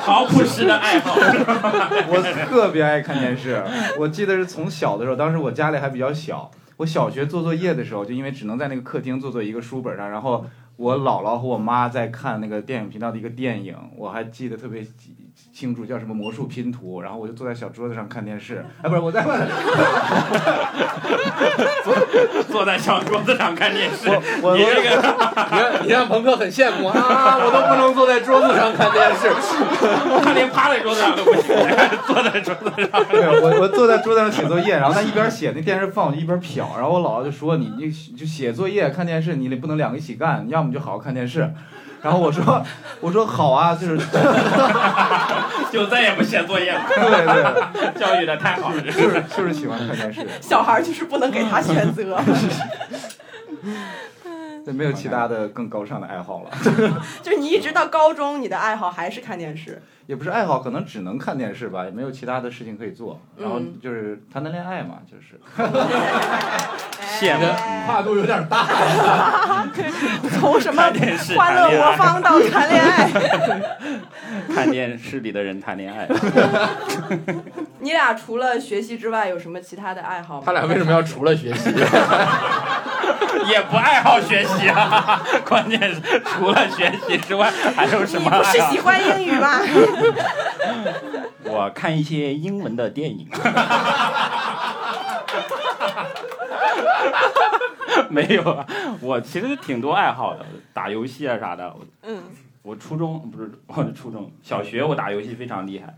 B: 好朴实的爱好，
C: 我特别爱看电视。我记得是从小的时候，当时我家里还比较小，我小学做作业的时候，就因为只能在那个客厅做作业一个书本上，然后我姥姥和我妈在看那个电影频道的一个电影，我还记得特别记清楚，叫什么《魔术拼图》，然后我就坐在小桌子上看电视，哎，不是我在外面，
B: 坐在小桌子上看电视。
C: 我我
B: 你这个
D: 你让你让朋克很羡慕啊！我都不能坐在桌子上看电视，
B: 他连趴在桌子上都不行， 坐在桌子上。
C: 对，我我坐在桌子上写作业，然后他一边写那电视放，我就一边瞟，然后我姥姥就说你你就写作业看电视，你得不能两个一起干，你要么就好好看电视。 然后我说我说好啊，就是
B: 就再也不写作业了。
C: 对对，
B: 教育的太好了，这是
C: 就是就是喜欢看电视，
A: 小孩儿就是不能给他选择。
C: 对，没有其他的更高尚的爱好了，
A: 就是你一直到高中，你的爱好还是看电视。
C: 也不是爱好，可能只能看电视吧，也没有其他的事情可以做。然后就是谈谈恋爱嘛，就是
B: 羡慕。
G: 跨度有点大。
A: 从什么
B: 看电视
A: 欢
B: 谈
A: 乐
B: 恋
A: 魔
B: 爱，
A: 方到谈恋爱，
B: 看电视里的人谈恋爱。
A: 你俩除了学习之外有什么其他的爱好吗？
D: 他俩为什么要除了学 习？啊
B: 也不爱好学习啊， 关键是除了学习之外还有什
A: 你
B: 么
A: 不
B: 爱
A: 是
B: 好
A: 喜？欢英语 吗？
B: 我看一些英文的电影。 没有啊，我其实挺多爱好的，打游戏啊啥的。
A: 嗯，
B: 我初中不是我初中小学我打游戏非常厉害，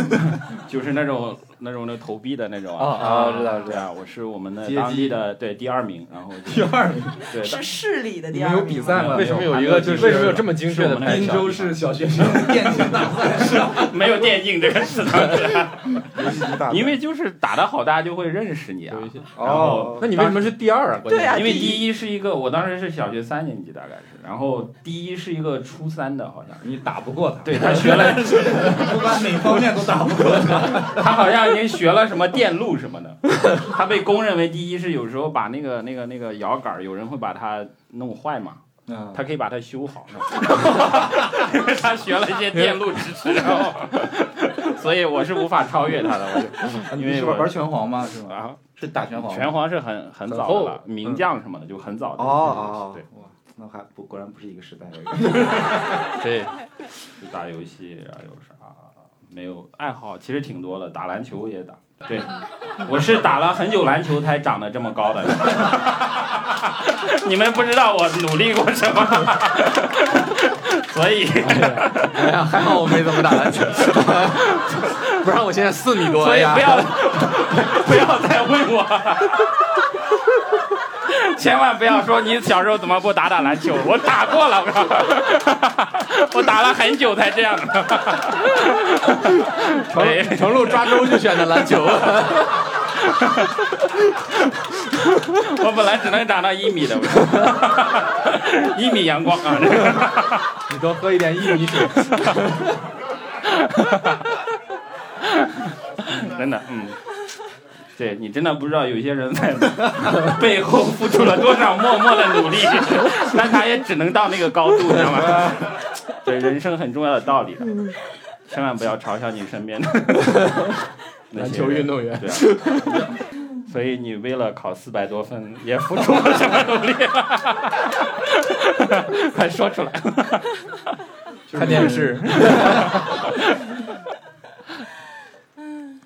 B: 就是那种那种那投币的那种啊
D: 哦哦知
B: 道知道，啊我是我们的
D: 街机
B: 当地的对第二名，然后第二名对
A: 是市里的
C: 你
A: 第
C: 们
A: 二
C: 有
A: 名
C: 比
A: 吗
C: 赛吗？
D: 为什么有一个就是
B: 为什么有这
D: 么精
B: 确的排
G: 滨
B: 名
G: 州市小学生电竞大赛，
B: 没有电竞这个 事情，
C: 游戏机大
B: 因为就是打得好，大家就会认识你啊。然后
C: 哦，
D: 那你为什么是第二啊？关键
A: 对啊，
B: 因为
A: 第一
B: 第一是一个，我当时是小学三年级，大概是，然后第一是一个初三的，好像是。
C: 你打不过他，
B: 对他学了，
G: 不管哪方面都打不过他。
B: 他好像已经学了什么电路什么的。他被公认为第一是有时候把那个那个那个摇杆儿，有人会把它弄坏嘛，
C: 嗯，
B: 他可以把它修好。因为 他学了一些电路知识，然后，所以我是无法超越他的。我就
C: 啊 你
B: 因为
C: 是
B: 我
C: 玩玩拳皇吗？是吗？
B: 啊，
C: 是打拳皇吗？
B: 拳皇是很很
D: 很
B: 早
D: 厚
B: 的了，名将什么的就很早的。
C: 哦哦，
B: 对，
C: 哇，那还不果然不是一个时代的人。
D: 对，
B: 就打游戏啊，有啥没有爱好？其实挺多的，打篮球也打。对，我是打了很久篮球才长得这么高的。 你们不知道我努力过什么， 所以
D: 哎呀，还好我没怎么打篮球， 不然我现在四米多
B: 所以
D: 哎呀。
B: 不要不要再问我， 千万不要说你小时候怎么不打打篮球，我打过了，我告 我打了很久才这样。所以
D: 程程璐抓周就选的篮球，
B: 我本来只能长到一米的， 一米阳光啊，这 个
D: 你多喝一点薏米水。
B: 真的，嗯，对你真的不知道有些人 在背后付出了多少默默的努力， 但他也只能到那个高度，你知道 吗？对，人生很重要的道理，啊
D: 嗯
B: 千万不要嘲笑你身边 的那
D: 篮
B: 些
D: 球
B: 人
D: 运动员
B: 对啊。所以你为了考四百多分，也付出了什么努 力？ 快说出来！
D: 看电 视。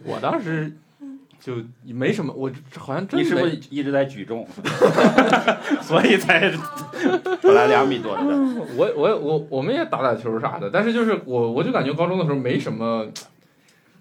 D: 我当时就没什么，我好像真
B: 你是不是
D: 没
B: 一直在举重？ 所以 才本来两米多的。
D: 我我我我们也打打球啥的，但是就是我我就感觉高中的时候没什么，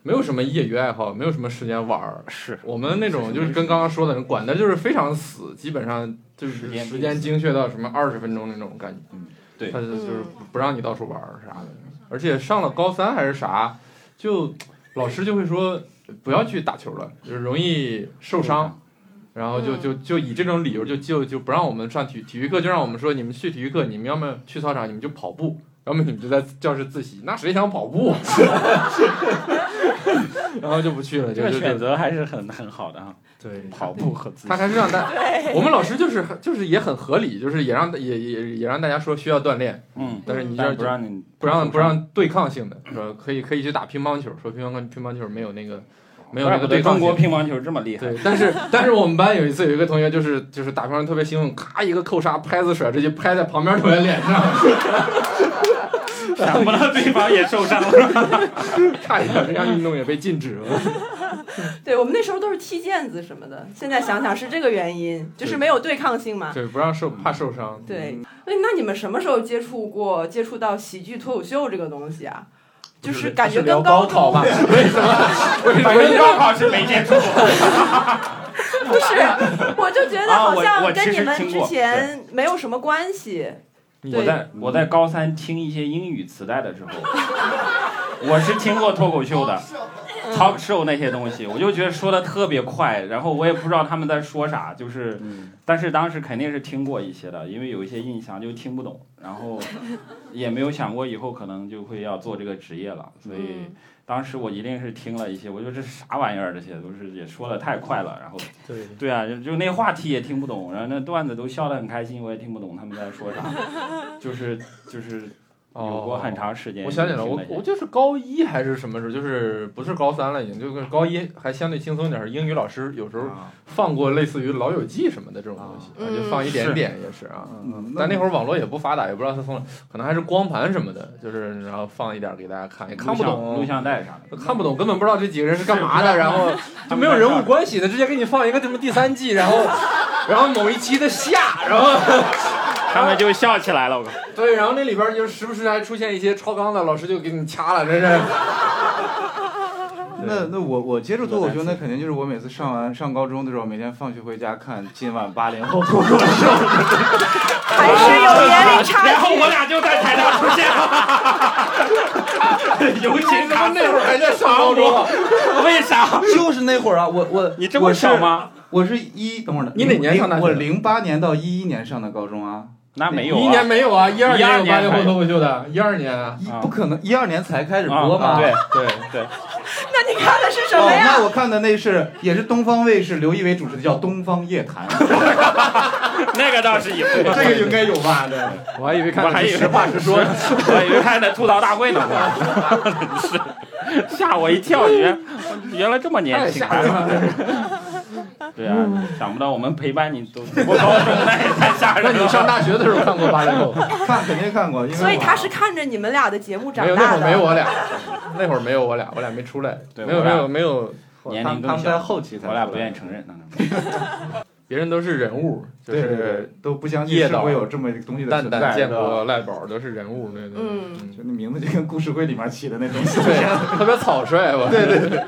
D: 没有什么业余爱好，没有什么时间玩儿。
B: 是
D: 我们那种就是跟刚刚说的人管的就是非常死，基本上就是
B: 时间
D: 时间精确到什么二十分钟那种感觉。
B: 嗯对
D: 他就就是不让你到处玩儿啥的，而且上了高三还是啥，就老师就会说不要去打球了，就是容易受伤。然后就就就以这种理由就就就不让我们上体体育课，就让我们说你们去体育课，你们要么去操场，你们就跑步，要么你们就在教室自习。那谁想跑步？ 然后就不去了，
B: 这
D: 就
B: 个
D: 就
B: 选
D: 就
B: 择还是很很好的啊，
D: 对
B: 跑步和自
D: 他
B: 行。
D: 还是让大，我们老师就是就是也很合理，就是也让也也也让大家说需要锻炼，
B: 嗯，
D: 但是你
B: 但
D: 这
B: 是不让你
D: 不让不让对抗性的，说可以可以去打乒乓球，说乒乓乒乓球没有那个没有
B: 怪
D: 那
B: 哦不
D: 个
B: 得
D: 对
B: 中
D: 抗
B: 国
D: 性。
B: 乒乓球这么厉害。
D: 对，但是但是我们班有一次有一个同学就是就是打乒乓球特别兴奋，咔一个扣杀，拍子甩直接拍在旁边同学脸上，
B: 想不到 对方也受伤了。
D: 差一点这项运动也被禁止了。
A: 对我们那时候都是踢毽子什么的，现在想想是这个原因，就是没有对抗性嘛。
D: 对，不让受怕受伤。
A: 对，哎，那你们什么时候接触过接触到喜剧脱口秀这个东西啊？就
D: 不是
A: 感觉
D: 是聊
A: 跟
D: 高考
A: 中
D: 吧？为什么？为
B: 反正
D: 什
B: 高
D: 么？
B: 考是没接触过。
A: 不 是，我就觉得
B: 啊
A: 好
B: 我我
A: 像
B: 其
A: 跟你
B: 实
A: 们
B: 听
A: 之
B: 过
A: 前没有什么关系。
B: 我
A: 对，
B: 在我在高三听一些英语磁带的时候，我是听过脱口秀的，talk show 那些东西，我就觉得说的特别快，然后我也不知道他们在说啥，就是，但是当时肯定是听过一些的，因为有一些印象就听不懂，然后也没有想过以后可能就会要做这个职业了，所以
A: 嗯
B: 当时我一定是听了一些，我说这是啥玩意儿，这些都是也说的太快了，然后
D: 对，
B: 对啊，就就那话题也听不懂，然后那段子都笑得很开心，我也听不懂他们在说啥，就是就是有过很长时间。
D: 哦我想起来了，我我就是高一还是什么时候，就是不是高三了，已经就是高一还相对轻松一点儿。英语老师有时
C: 啊
D: 候放过类似于《老友记》什么的这种东西，
A: 啊
D: 啊就放一点点也是啊。
C: 嗯
D: 但那会
C: 儿
D: 儿网络也不发达，也不知道他从哪，可能还是光盘什么的，就是然后放一点儿给大家看，也看不
B: 录
D: 懂，
B: 像带啥的，
D: 看不懂，根本不知道这几个人是干嘛的，
B: 是
D: 然后就没有人物关系的，直接给你放一个什么第三季，然后然后某一期的下，然后。
B: 他们就笑起来了。我靠，
D: 对，然后那里边儿就时不时还出现一些超纲的，老师就给你掐了，真是。
C: 那那我我接触脱口秀，那肯定就是我每次上完上高中的时候，每天放学回家看今晚八零后 脱口秀。
A: 还是有年龄差
B: 然
A: 距。
B: 后我俩就在台上出 现了， 友情
D: 他
B: 卡
D: 们那会儿还在上高中，
B: 住，啊 为 啥？
C: 就是那会儿啊，我我
B: 你这么小？吗？
C: 我是我是一等会儿呢，
D: 你哪年上大学
C: 我零八年到一一年上的高中啊，
B: 那没有
D: 一
B: 啊
D: 年，没有啊，一二
B: 一二
D: 有八零后
B: 年
D: 脱口秀的，一二年啊，
C: 一
B: 啊
C: 不可能一二年才开始播嘛，
B: 啊对
D: 对，
B: 对，
A: 那你看的是什么
C: 哦，
A: 呀？
C: 那我看的那是也是东方卫视刘仪伟主持的，叫《东方 夜谭》，
B: 那个倒是有，
C: 这个应该有吧？对，
D: 我还以为看
B: 我还以为
D: 实话实说，
B: 我以为开的吐槽大会呢，我是吓我一跳，原原来这么年
D: 太
B: 轻。
D: 吓人了。
B: 对啊，想不到我们陪伴你都我高中那也太吓
D: 那
B: 人
D: 你
B: 了。
D: 上大学的时候看过八零后？
C: 看肯定看过，因为
A: 所以
C: 我
A: 他是看着你们俩的节目长
D: 没有，那
A: 大
D: 会儿没
A: 的。
D: 我俩，那会儿没有我俩，我俩没出来，
B: 对
D: 没有
B: 我
D: 没
B: 俩
D: 有没有，
B: 年
C: 他
B: 龄
C: 们他
B: 更
C: 们
B: 小
C: 在，后期才出
B: 我
C: 来，
B: 俩不愿意承认。
D: 别人都是人物，就
C: 对，对
D: 是
C: 对，都不相信是会有这么一个东西的
D: 蛋
C: 存
D: 蛋、
C: 在，
D: 建
C: 对吧
D: 国、赖宝都是人物，对对对，
A: 嗯
D: 嗯
C: 就那名字就跟故事会里面起的那东 西。
D: 对，特别草率，我，对对对，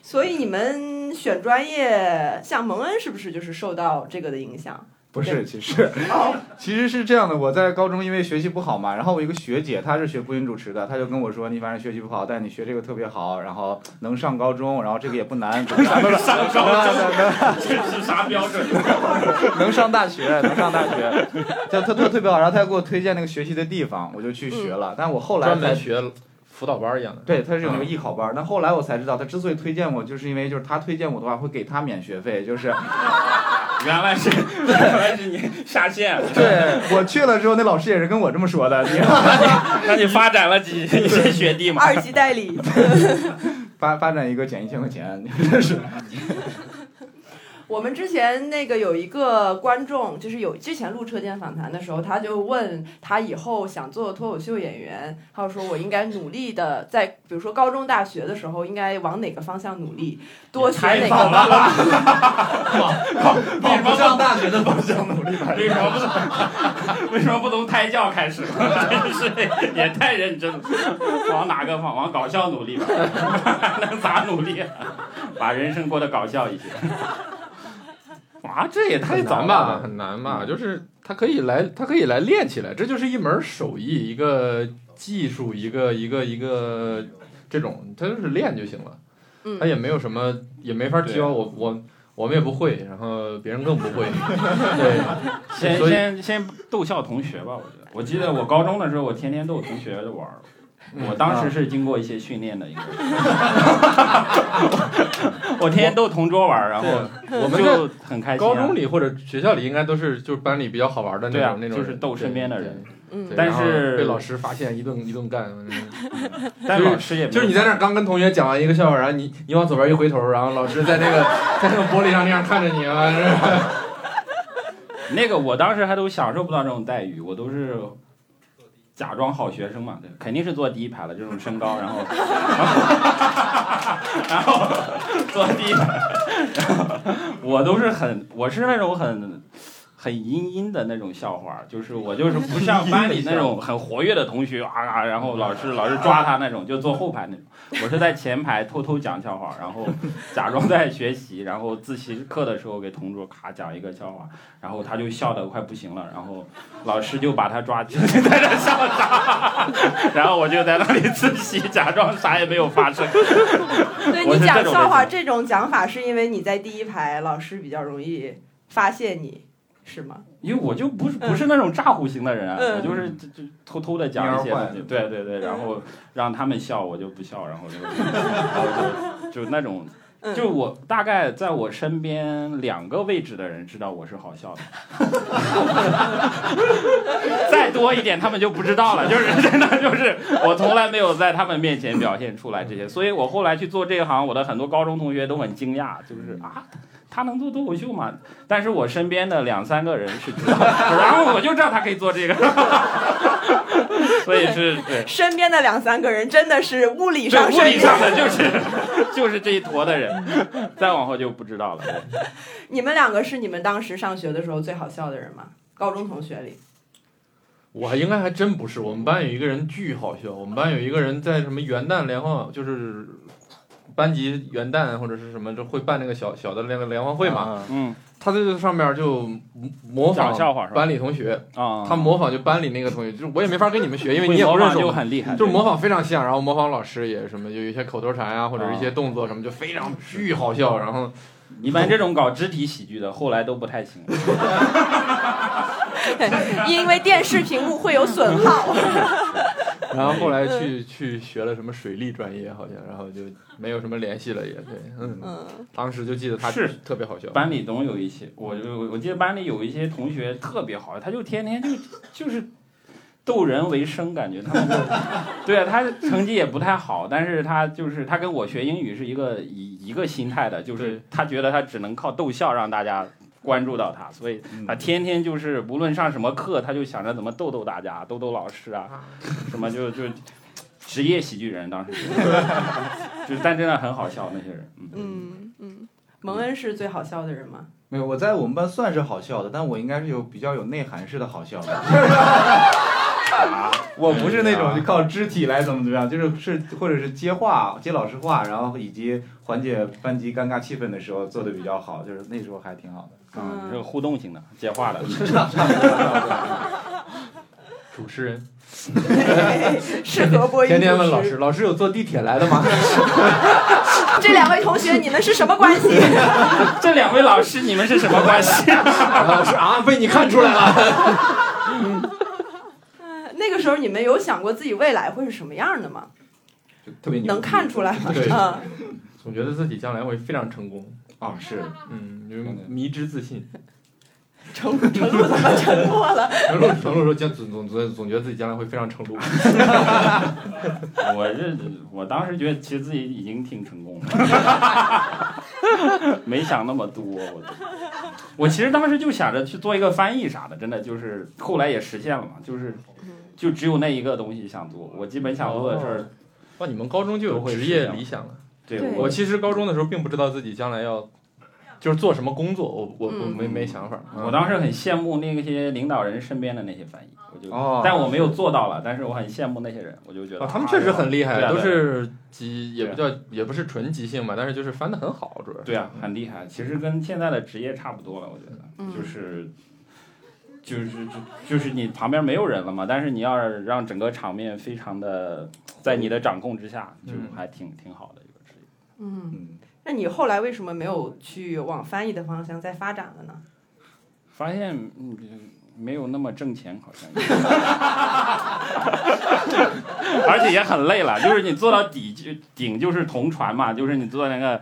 A: 所以你们选专业，像蒙恩是不是就是受到这个的影响？
C: 不是，其实其实是这样的，我在高中因为学习不好嘛，然后我一个学姐她是学播音主持的，她就跟我说，你反正学习不好，但你学这个特别好，然后能上高中，然后这个也不难， 能上
B: 上高
C: 能
B: 这是啥标准？
C: 能上大学，能上大学，就特特特别好。然后她还给我推荐那个学习的地方，我就去学了。但我后来
D: 专门
C: 才
D: 学嗯辅导班儿一样的。
C: 对，他是有那个艺考班儿，但后来我才知道，他之所以推荐我，就是因为就是他推荐我的话会给他免学费，就是
B: 原来是原来是你下线了，
C: 对 我去了之后，那老师也是跟我这么说的，你
B: 那你发展了几一些学弟嘛？
E: 二级代理。
C: 发发展一个减一千块
D: 嗯
C: 钱，真是
A: 我们之前那个有一个观众，就是有之前录车间访谈的时候，他就问他以后想做脱口秀演员，还有说我应该努力的在，比如说高中、大学的时候，应该往哪个方向努力，多学哪
B: 太
A: 个
B: 早
A: 方
B: 了，
D: 为什么上大学的
C: 方向努力吧。
B: 为什么不从 为什么不从胎教开始？ 真是也太认真了，往哪个方往搞笑努力吧， 能咋努力、啊？把人生过得搞笑一些。啊，这 也太
D: 很
B: 早
D: 难
B: 了
D: 吧？？很难吧？
B: 嗯
D: 就是他可以来，他可以来练起来，这就是一门手艺，一个技术，一个一个一个这种，他就是练就行了。
A: 嗯
D: 他也没有什么，也没法教我，我我们也不会，然后别人更不 会。
B: 啊
D: 对，
B: 先
D: 所以
B: 先先逗笑同学吧，我觉得。我记得我高中的时候，我天天逗同学玩儿。我当时是经过一些训练的，应该是。 我天天逗同桌玩儿，然后
D: 我们在
B: 就很开心啊。
D: 高中里或者学校里应该都是就是班里比较好玩的那
B: 对啊
D: 种那种
B: 就
D: 人，
B: 是逗身边的
D: 对
B: 人。
A: 嗯
D: 对
B: 但
D: 然后
B: 是
D: 被老师发现一顿一顿干，
B: 但
D: 就是
B: 老师也没有
D: 就是你在那儿刚跟同学讲完一个笑话，然后你你往左边一回头，然后老师在那个 在那个玻璃上那样看着你啊，是
B: 那个我当时还都享受不到这种待遇，我都是假装好学生嘛，对，肯定是坐第一排了，这种身高，然后， 然后，然后坐第一排，然后我都是很，我是那种很。很阴阴的那种笑话，就是我就是不像班里那种很活跃的同学啊啊，然后老师老师抓他那种，就坐后排那种。我是在前排偷偷讲笑话，然后假装在学习，然后自习课的时候给同桌咔讲一个笑话，然后他就笑得快不行了，然后老师就把他抓起来， 在那笑啥， 然后我就在那里自习，假装啥也没有发生。
A: 对
B: 我
A: 你
B: 是
A: 讲
B: 这种
A: 笑话
B: 类
A: 这种讲法，是因为你在第一排，老师比较容易发现你，是吗？
B: 因为我就不是不是那种咋呼型的人啊，
A: 嗯
B: 我就是就就偷偷的讲一些东西，
C: 蔫
B: 对对对，然后让他们笑，我就不笑，然后就然后就就那 种。
A: 嗯
B: 就我大概在我身边两个位置的人知道我是好笑的， 再多一点他们就不知道了。就是 真的，就是我从来没有在他们面前表现出来这些，所以我后来去做这一行，我的很多高中同学都很惊讶，就是啊，他能做脱口秀吗？但是我身边的两三个人是知道的， 然后我就知道他可以做这个，所以是对，
A: 身边的两三个人真的是物理
B: 这
A: 上
B: 物理
A: 身
B: 上的就是就是 这一坨的人，再往后就不知 道了。
A: 你们两个是你们当时上学的时候最好笑的人吗？高中同学里，
D: 我应该还真不是。我们班有一个人巨好笑，我们班有一个人在什么元旦联欢，就是班级元旦或者是什么，就会办那个小小的那个联欢会嘛。
C: 嘛，
B: 嗯，
D: 他在这上面就模
B: 讲
D: 仿
B: 笑话是吧？
D: 班里同学，
B: 啊
D: 他模仿就班里那个同学，就是我也没法跟你们学，因为
B: 会
D: 你也不
B: 模
D: 认
B: 仿
D: 识我
B: 就
D: 们。
B: 很厉害，
D: 就是模仿非常像，然后模仿老师也什么，有一些口头禅啊，或者是一些
B: 啊
D: 动作什么，就非常巨好笑。然后
B: 一般这种搞肢体喜剧的，后来都不太行。
A: 因为电视屏幕会有损耗。
D: 然后后来去去学了什么水利专业，好像，然后就没有什么联系了，也对，嗯，
A: 嗯，
D: 当时就记得他
B: 是
D: 特别好笑，
B: 班里总有一些，我就我记得班里有一些同学特别好，他就天天就 就是逗人为生，感觉他们就 对啊，他成绩也不太好，但是他就是他跟我学英语是一个一一个心态的，就是
D: 对
B: 他觉得他只能靠逗笑让大家关注到他，所以他天天就是无论上什么课，他就想着怎么逗逗大家，逗逗老师啊，什么就就职业喜剧人当时 是，就是但真的很好笑那些人，嗯。
A: 嗯嗯，蒙恩是最好笑的人吗？
C: 没有，我在我们班算是好笑的，但我应该是有比较有内涵式的好笑的。
B: 啊
C: 我不是那种就靠肢体来怎么怎么样，就是是或者是接话接老师话，然后以及缓解班级尴尬气氛的时候做的比较好，就是那时候还挺好
D: 啊
C: 的。
B: 嗯， 你是个互动型的，接话的，
D: 主持人
E: 适合播音
D: 天天问
E: 主
D: 老
E: 持
D: 师，老师有坐地铁来的吗？
E: 这两位同学，你们是什么关系？
B: 这两位老师你们是什么关系？
D: 然后老师啊，被你看出来了。
A: 那个时候你们有想过自己未来会是什么样的吗？
D: 就特别牛逼
A: 能看出来吗？
D: 对，
A: 嗯，
D: 总觉得自己将来会非常成功，
C: 啊，是
D: 嗯，就是迷之自信。
A: 程程璐怎么沉默了？
D: 程璐，程璐说将总总总总觉得自己将来会非常成功。
B: 我这我当时觉得其实自己已经挺成功了， 没想那么多。我我其实当时就想着去做一个翻译啥的，真的就是后来也实现了嘛，就是就只有那一个东西想做，我基本想做的事儿。
D: 哇，你们高中就有职业理想了？
B: 哦对
A: 对
D: 我其实高中的时候并不知道自己将来要就是做什么工作，我我我
A: 嗯
D: 没没想法。
B: 我当时很羡慕那些领导人身边的那些翻译，我就，
C: 哦
B: 但我没有做到了，但是我很羡慕那些人，我就觉得、
D: 啊，他们确实很厉
B: 对啊
D: 害，
B: 对
D: 都
B: 啊
D: 是即也不
B: 对啊
D: 叫也不是纯即兴吧，但是就是翻得很好，主要是
B: 对啊，很厉害。其实跟现在的职业差不多了，我觉得，
A: 嗯
B: 就是就是就就是你旁边没有人了嘛，但是你要让整个场面非常的在你的掌控之下，就
D: 嗯
B: 还挺挺好的一个职业。
A: 嗯，
C: 嗯，
A: 那你后来为什么没有去往翻译的方向再发展了呢？
B: 发现嗯没有那么挣钱，好像， 而且也很累了。就是你做到底就顶就是同船嘛，就是你坐在那个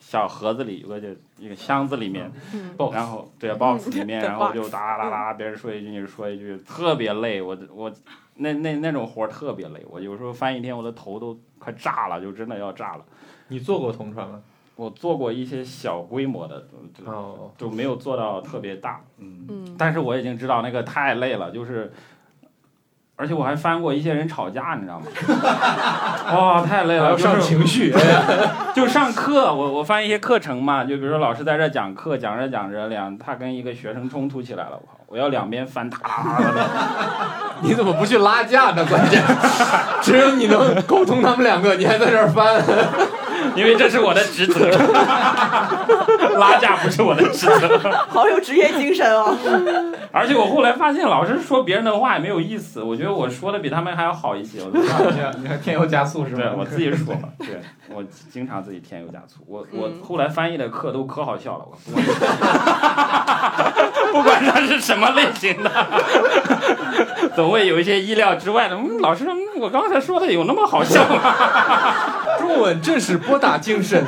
B: 小盒子里，有个就一个箱子里面，
A: 嗯
B: 然后对 box 里面，
A: 对
B: 然后
A: box
B: 就哒啦啦，别人说一句你说一句，特别累。我我那那那种活儿特别累，我有时候翻一天，我的头都快炸了，就真的要炸了。
D: 你做过同传吗？
B: 我做过一些小规模的，就
D: 哦，
B: 就没有做到特别大。
C: 嗯，
A: 嗯
B: 但是我已经知道那个太累了， 就是，而且我还翻过一些人吵架，你知道吗？ 哇、太累
D: 还
B: 了，
D: 要上
B: 就是
D: 情 绪，
B: 就上课，我我翻一些课程嘛，就比如说老师在这讲课，讲着讲着两，他跟一个学生冲突起来了，我靠，我要两边翻他的，
D: 你怎么不去拉架呢？关 键只有你能沟通他们两个，你还在这儿翻。
B: 因为这是我的职责， 拉架不是我的职责。
A: 好有职业精神哦。
B: 而且我后来发现，老师说别人的话也没有意思，我觉得我说的比他们还要好一些，我就
C: 你还你还添油加醋是嗯
B: 对
C: 吧？
B: 我自己说 嘛，对我经常自己添油加醋。我我
A: 嗯
B: 后来翻译的课都可好笑了，我不管不管它是 什么类型的， 总会有一些意料之外的。嗯，老师，嗯我刚才说的有那么好笑吗？
D: 中文正是拨打精 神。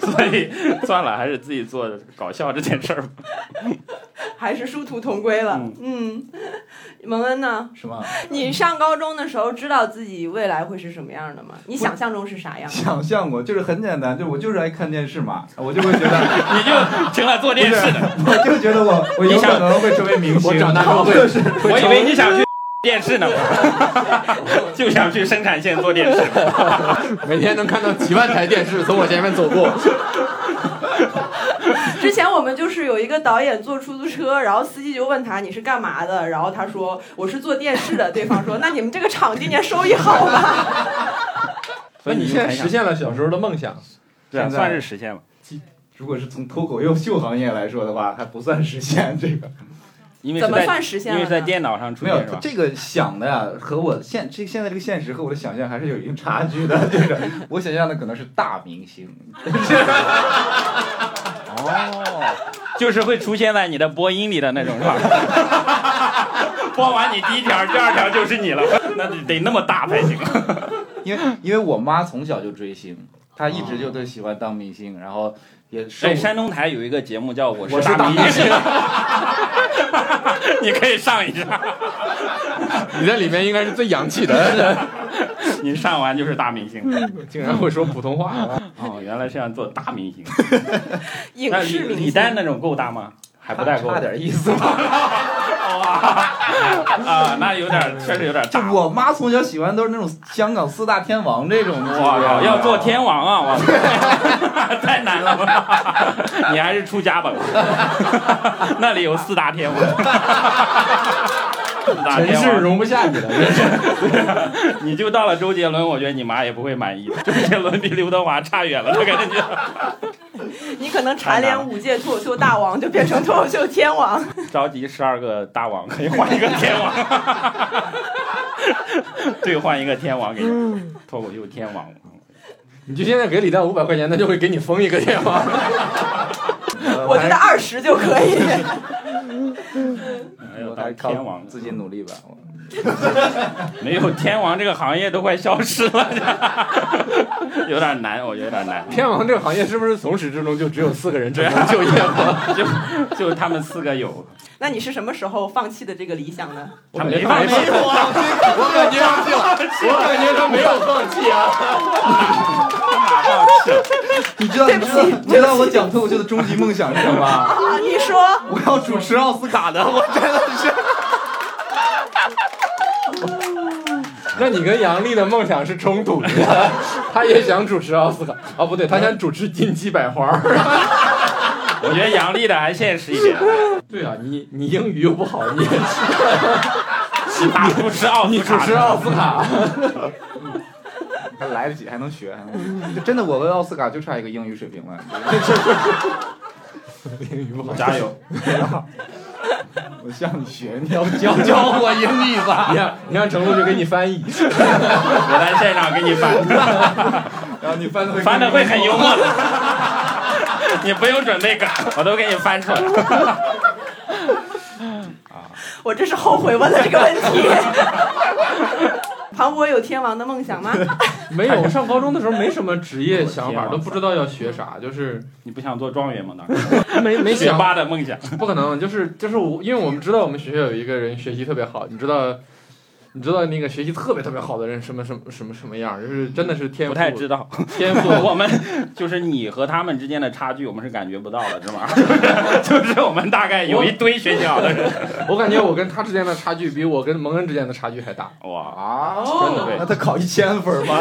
B: 所以算了，还是自己做搞笑这件事儿吧。
A: 还是殊途同归了。嗯， 蒙恩呢？
C: 是吗？
A: 你上高中的时候知道自己未来会是什么样的吗？你想象中是啥样？
C: 想象过，就是很简单，就是我就是爱看电视嘛，我就会觉得，
B: 你就成了做电视的，
C: 我就觉得我我有可能会成为明星，
D: 我长大之后 会
C: 或者是
B: 我以为你想去电视呢， 就想去生产线做电视。
D: 每天能看到几万台电视从我前面走 过，
A: 之前我们就是有一个导演坐出租车，然后司机就问他你是干嘛的，然后他说我是做电视的，对方 说那你们这个厂今年收益好吗？
D: 那你现在实
B: 现
D: 现了小时候的梦想，
B: 对，啊
C: 现在
B: 算是实现了。
C: 如果是从脱口秀行业来说的话，还不算实现这个。
B: 因为
A: 怎
B: 是
A: 么
B: 在
A: 算实现
B: 因为
A: 了
B: 是在
A: 呢？
B: 电脑上出
C: 没
B: 现
C: 有
B: 是吧？
C: 这个想的呀，和我现这现在这个现实和我的想象还是有一定差距的。 就是我想象的可能是大明星，
B: 哦，就是会出现在你的播音里的那种，是吧？ 播完你第一条，第二条就是你了，那得得那么大才行。
C: 因为因为我妈从小就追星，她一直就特喜欢当明星，然后也受
B: 哎，山东台有一个节目叫《我
C: 我是
B: 大
C: 大
B: 明星》， 你可以上一上，
D: 你在里面应该是最洋气 的，
B: 你上完就是大明星。
D: 竟然会说普通话啊！
B: 哦，原来是想做大明星。那
A: 影
B: 李
A: 视明
B: 李
A: 星
B: 丹那种够大吗？还不太够。
C: 差点 意思吧。
B: 啊，那有点，确实有点
C: 就
B: 大。
C: 我妈从小喜欢都是那种香港四大天王这种，
B: 哇靠！啊要做天王啊！我靠，太难了吧？你还是出家吧，那里有四大天王。这么大
D: 尘
B: 天
D: 世
B: 王，
D: 容不下你了。真是
B: 你就到了周杰伦，我觉得你妈也不会满意的。周杰伦比刘德华差远了，这感觉。
A: 你可能蝉联五届脱口秀大王，就变成脱口秀天 王。
B: 召集十二个大王，可以换一个天王，兑换一个天王给你，脱口秀天王。
D: 你就现在给李诞五百块钱，他就会给你封一个电话。
C: 呃
A: 我觉得二十就可以。
B: 没有
C: 我
B: 到
C: 还是
B: 哎天
C: 靠
B: 王，
C: 自己努力吧。我
B: 没有天王这个行业都快消失了， 有点难，我觉得有点难。
D: 天王这个行业是不是从始至终就只有四个人成
B: 啊
D: 功就业过？
B: 就就他们四个有，
A: 那你是什么时候放弃的这个理想 呢？
D: 我
B: 他
D: 感
B: 没
D: 觉
B: 法
D: 他没放弃，我感觉放弃了，我感觉他没有放弃啊。
B: 他马上去了。
C: 你知道你知道你知道我讲脱口秀的终极梦想是什么吗？
A: 啊，你说
C: 我要主持奥斯卡的，我真的是。
D: 那你跟杨笠的梦想是冲 突的，他也想主持奥斯卡，哦不对，他想主持金鸡百花儿。
B: 我觉得杨笠的还现实一点，
D: 对啊，你你英语又不好，你
B: 起码不吃奥斯
D: 你主
B: 卡
D: 持
B: 的。
D: 奥斯卡，
C: 还来得及，还能学，还能学就真的，我为奥斯卡就差一个英语水平了。
D: 英语不好，
B: 加油！
C: 我向你学，你要教教我英语吧
D: 你。让你让程璐就给你翻译，
B: 我在现场给你翻，
C: 然后你翻的会
B: 翻的会很幽默的， 你不用准备稿，我都给你翻出来。
A: 我真是后悔问了这个问题。 庞博有天王的梦想吗？
D: 没有哎上高中的时候没什么职业想
B: 我
D: 法，
B: 天啊
D: 都不知道要学啥，就是
B: 你不想做状元吗？那
D: 没没
B: 学
D: 想
B: 霸的梦想，
D: 不可能，就是就是我，因为我们知道我们学校有一个人学习特别好，你知道，你知道那个学习特别特别好的人什么什么什么什么样，就是真的是天赋
B: 不太知 道。
D: 天赋。
B: 我们就是你和他们之间的差距，我们是感觉不到的， 是吗？就是就是我们大概有一堆学习好的人，
D: 我感觉我跟他之间的差距比我跟蒙恩之间的差距还大，
B: 哇，
C: 啊，
B: 真的
C: 那
B: 会
C: 他考一千分吗？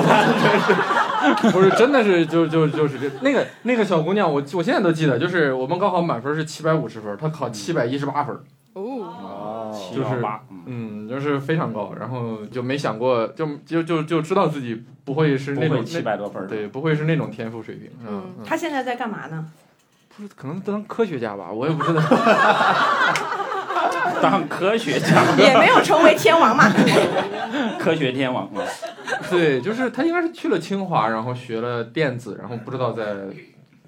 D: 不是真的是就就就是这那个那个小姑娘，我我现在都记得，就是我们高考满分是七百五十分，她考七百一十八分，
E: 哦，
C: 哦
D: 就是
B: 七幺八，嗯
D: 嗯，就是非常高，然后就没想过，就就就就知道自己不会是那
B: 不会
D: 种
B: 七
D: 那
B: 百多分儿，
D: 对，不会是那种天赋水平，嗯，嗯
A: 他现在在干嘛呢？
D: 不是可能当科学家吧，我也不知道。
B: 当科 学家、
A: 也没有成为天王嘛。
B: 科学天王嗯嘛。
D: 对，就是他应该是去了清华，然后学了电子，然后不知道在，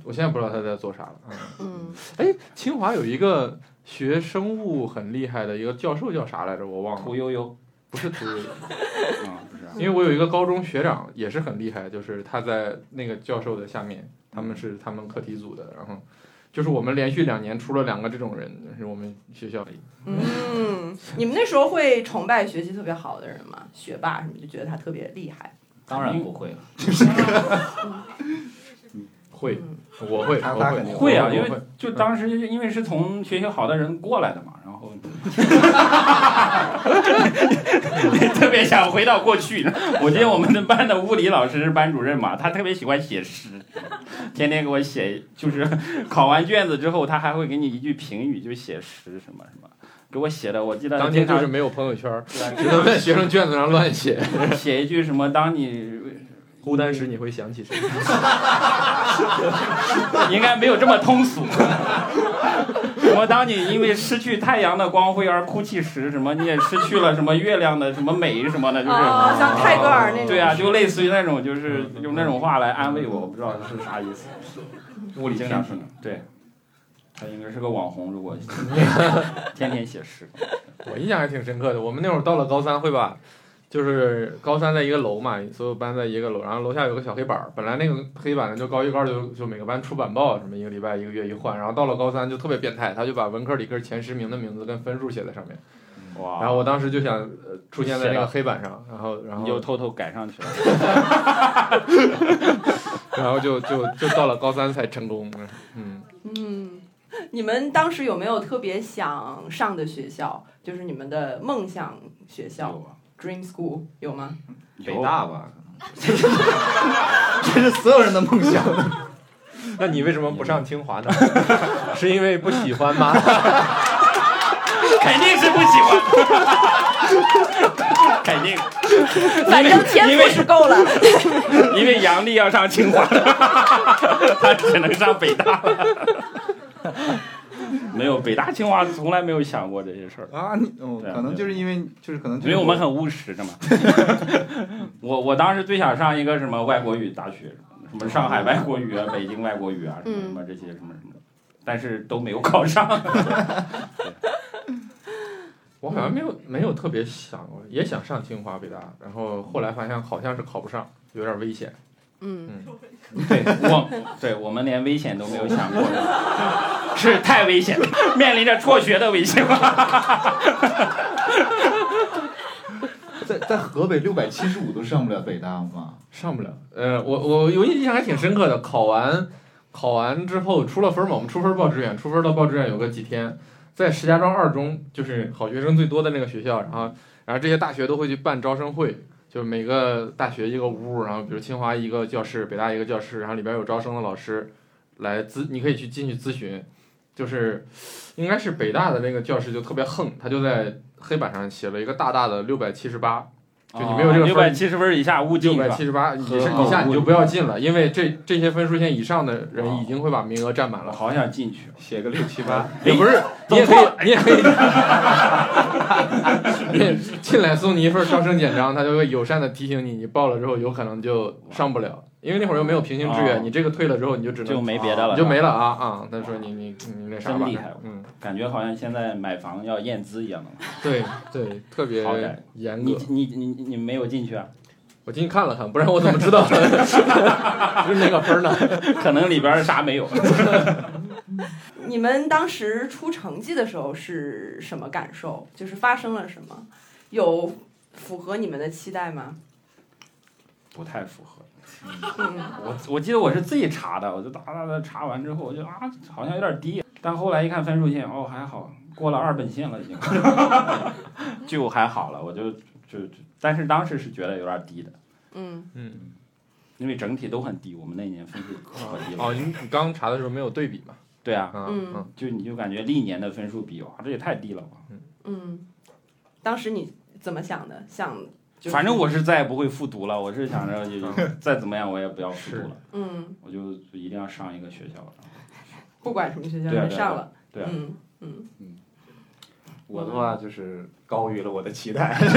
D: 我现在不知道他在做啥了。
A: 嗯，
D: 嗯，哎，清华有一个学生物很厉害的一个教授叫啥来着？我忘了，
B: 屠呦呦，
D: 不是屠呦呦，
B: 嗯，不是啊，
D: 因为我有一个高中学长也是很厉害，就是他在那个教授的下面，他们是他们课题组的，然后。就是我们连续两年出了两个这种人，就是我们学校里。
A: 嗯，你们那时候会崇拜学习特别好的人吗？学霸什么就觉得他特别厉害。
H: 当然不会了。
D: 会，
A: 嗯
D: 我会，
C: 他
D: 我
C: 他
D: 会
C: 肯定，
B: 会啊，
D: 我
B: 因为
D: 会
B: 就当时因为是从学习好的人过来的嘛，然后 特别想回到过去。我记得我们的班的物理老师是班主任嘛，他特别喜欢写诗，天天给我写，就是考完卷子之后，他还会给你一句评语，就写诗什么什么，给我写的，我记得
D: 当
B: 经
D: 天就
B: 常
D: 是没有朋友圈儿，
B: 对
D: 只能在 学生卷子上乱写。
B: 写一句什么，当你
D: 孤单时你会想起谁？
B: 应该没有这么通俗。什么？当你因为失去太阳的光辉而哭泣时，什么你也失去了什么月亮的什么美什么的，就是、
A: 啊，像泰戈尔那种。
B: 对啊，就类似于那种，就是用那种话来安慰我，我不知道是啥意思。物理天赋，对，他应该是个网红， 如果天天写诗，
D: 我印象还挺深刻的。我们那会儿到了高三会吧，就是高三在一个楼嘛，所有班在一个楼，然后楼下有个小黑板儿。本来那个黑板呢，就高一、高二就就每个班出版报，什么一个礼拜、一个月一换。然后到了高三就特别变态，他就把文科、理科前十名的名字跟分数写在上面。
B: 哇！
D: 然后我当时就想呃出现在那
B: 写
D: 个
B: 了
D: 黑板上，然后然
B: 你就
D: 后
B: 偷偷改上去了。
D: 然后就就就到了高三才成功。嗯，
A: 嗯，你们当时有没有特别想上的学校？就是你们的梦想学校，dream
B: 啊
A: school 有吗？
B: 有
C: 北大 吧，这是所有人的梦想。
D: 那你为什么不上清华呢？是因为不喜欢吗？
B: 肯定是不喜欢， 肯定，
A: 反正天
B: 因
A: 赋
B: 为
A: 是够了。
B: 因为杨笠要上清华 了，他只能上北大了。没有北大清华从来没有想过这些事儿，
C: 啊，你哦，
B: 对啊
C: 可能就是因为就是可能就
B: 因
C: 是
B: 为我们很务实的嘛。我我当时最想上一个什么外国语大学，什么上海外国语啊、北京外国语啊，什么什么这些什么什么的，但是都没有考上。
D: 我好像没有没有特别想过，也想上清华北大，然后后来发现好像是考不上，有点危险。
A: 嗯，
B: 对我，对我们连危险都没有想过，是太危险了，面临着辍学的危险了。
C: 在在河北六百七十五都上不了北大吗？
D: 上不了。呃，我我有印象还挺深刻的，考完考完之后出了分嘛，我们出分报志愿，出分到报志愿有个几天，在石家庄二中，就是好学生最多的那个学校，然后然后这些大学都会去办招生会。就是每个大学一个屋，然后比如清华一个教室，北大一个教室，然后里边有招生的老师来咨，你可以去进去咨询。就是应该是北大的那个教室就特别横，他就在黑板上写了一个大大的六百七十八，就你没有这
B: 啊
D: 个
B: 六
D: 分
B: 百
D: 儿
B: 七十分以下勿
D: 六
B: 进
D: 百
B: 是吧
D: 七十八，你是
B: 和
D: 以下你就不要进了，因为这这些分数线以上的人
B: 哦
D: 已经会把名额占满
B: 我
D: 了。
B: 好想进去，啊
C: 写个六七八，
B: 哎
D: 也不是，你也可以，你也可以，你也进来送你一份招生简章，他就会友善的提醒你，你报了之后有可能就上不了，因为那会儿又没有平行志
B: 哦
D: 愿，你这个退了之后你就只能
B: 就没别的了，
D: 你就没了啊啊！他说你你你那啥吧
B: 真厉害，
D: 嗯，
B: 感觉好像现在买房要验资一样的嘛。
D: 对对，特别
B: 好歹
D: 严
B: 你
D: 格。
B: 你你你没有进去啊？
D: 我进去看了看，不然我怎么知道 是哪个分儿呢？
B: 可能里边儿啥没有。
A: 你们当时出成绩的时候是什么感受？就是发生了什么？有符合你们的期待吗？
B: 不太符合。
A: 嗯，
B: 我我记得我是自己查的，我就哒哒哒查完之后，我就啊好像有点低，但后来一看分数线，哦还好，过了二本线了已经， 就还好了，我就就就，但是当时是觉得有点低的，
A: 嗯，
B: 因为整体都很低，我们那年分数可低了。
D: 哦，你你刚查的时候没有对比嘛？
B: 对啊，
D: 啊
A: 嗯
D: 嗯，
B: 就你就感觉历年的分数比，哇这也太低了吧。
A: 嗯，当时你怎么想的？想就是
B: 反正我是再也不会复读了，我是想着也就 再怎么样我也不要复读了，
A: 嗯，
B: 我就一定要上一个学校。
A: 不管什么学校
B: 对啊
A: 也上了，
B: 对啊对
A: 嗯嗯，
C: 我的
B: 嗯
C: 话就是高于了我的期待。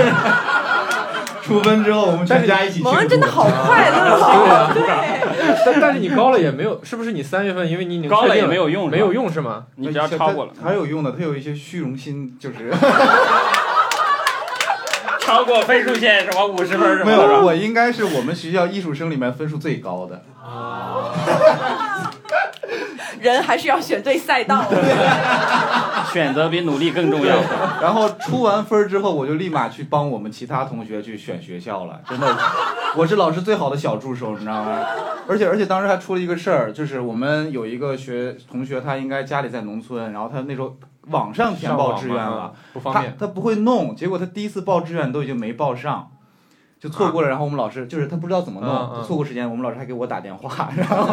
C: 出分之后，我们全家一起庆祝。
A: 蒙恩真的好
B: 啊
A: 快乐 哦，对，
D: 啊但但是你高了也没有，是不是你三月份因为你已经
B: 高了也没
D: 没
B: 有用，
D: 没有，用是吗？
B: 你只要超过了，
C: 它呃有用的，它有一些虚荣心， 就是
B: 超过分数线什么五十分什
C: 没
B: 么
C: 有，
B: 的，
C: 我应该是我们学校艺术生里面分数最高的。
D: 哦
A: 人还是要选对赛道。
B: 选择比努力更重 要。
C: 然后出完分儿之后，我就立马去帮我们其他同学去选学校了。真的，我是老师最好的小助手，你知道吗？而且而且当时还出了一个事儿，就是我们有一个学同学，他应该家里在农村，然后他那时候网上填报志愿
D: 上网
C: 了
D: 吗，啊不方便。
C: 他他不会弄，结果他第一次报志愿都已经没报上，就错过了。然后我们老师就是他不知道怎么弄，
D: 嗯嗯
C: 就错过时间。我们老师还给我打电话， 然后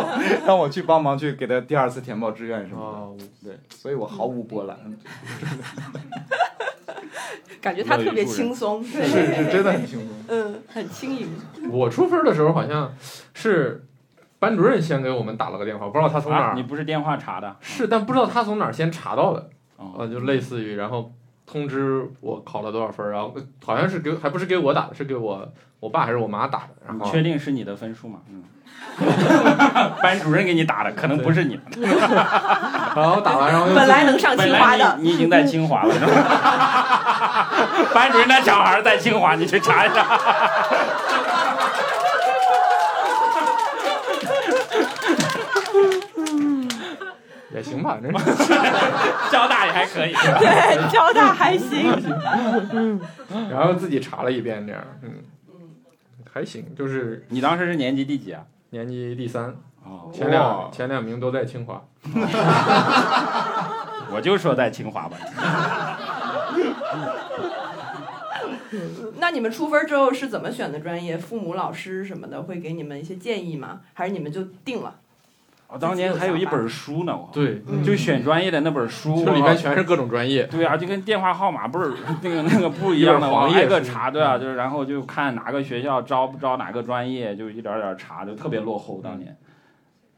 C: 让我去帮忙去给他第二次填报志愿什么的。
D: 哦，
C: 对，所以我毫无波澜，
A: 嗯感觉他特别轻松，
C: 是
A: 对，
C: 是真的很轻松。
A: 嗯，很轻盈。
D: 我出分的时候好像是班主任先给我们打了个电话，不知道他从哪
B: 啊，
D: 儿、
B: 你不是电话查的？
D: 是，但不知道他从哪儿先查到的，
B: 哦，
D: 呃，就类似于然后通知我考了多少分儿，然后呃好像是给还不是给我打的，是给我我爸还是我妈打的，然
B: 你
D: 后
B: 确定是你的分数吗？嗯， 班主任给你打的，可能不是你的。
D: 然后打完然后又
A: 本来能上
B: 本
A: 清华
B: 来
A: 的，
B: 你你已经在清华了，是吧？ 班主任那小孩在清华，你去查一下。
D: 也行吧，真是。
B: 交大也还可以。
A: 对，交大还行。
D: 然后自己查了一遍这样，嗯，还行，就是
B: 你当时是年级第几啊？
D: 年级第三，
B: 哦
D: 前两前两名都在清华。
B: 我就说在清华吧。
A: 嗯那你们出分之后是怎么选的专业？父母、老师什么的会给你们一些建议吗？还是你们就定了？
B: 我当年还有一本书呢，我
D: 对，
B: 就选专业的那本书，
D: 这里
B: 我
D: 边全是各种专业。
B: 对啊，就跟电话号码不是那个那个不一样的，
D: 一本黄
B: 往
D: 页嗯
B: 挨个
D: 书
B: 查，对啊，就是然后就看哪个学校招不招哪个专业，就一点点查，就特别落后。
D: 嗯
B: 当年，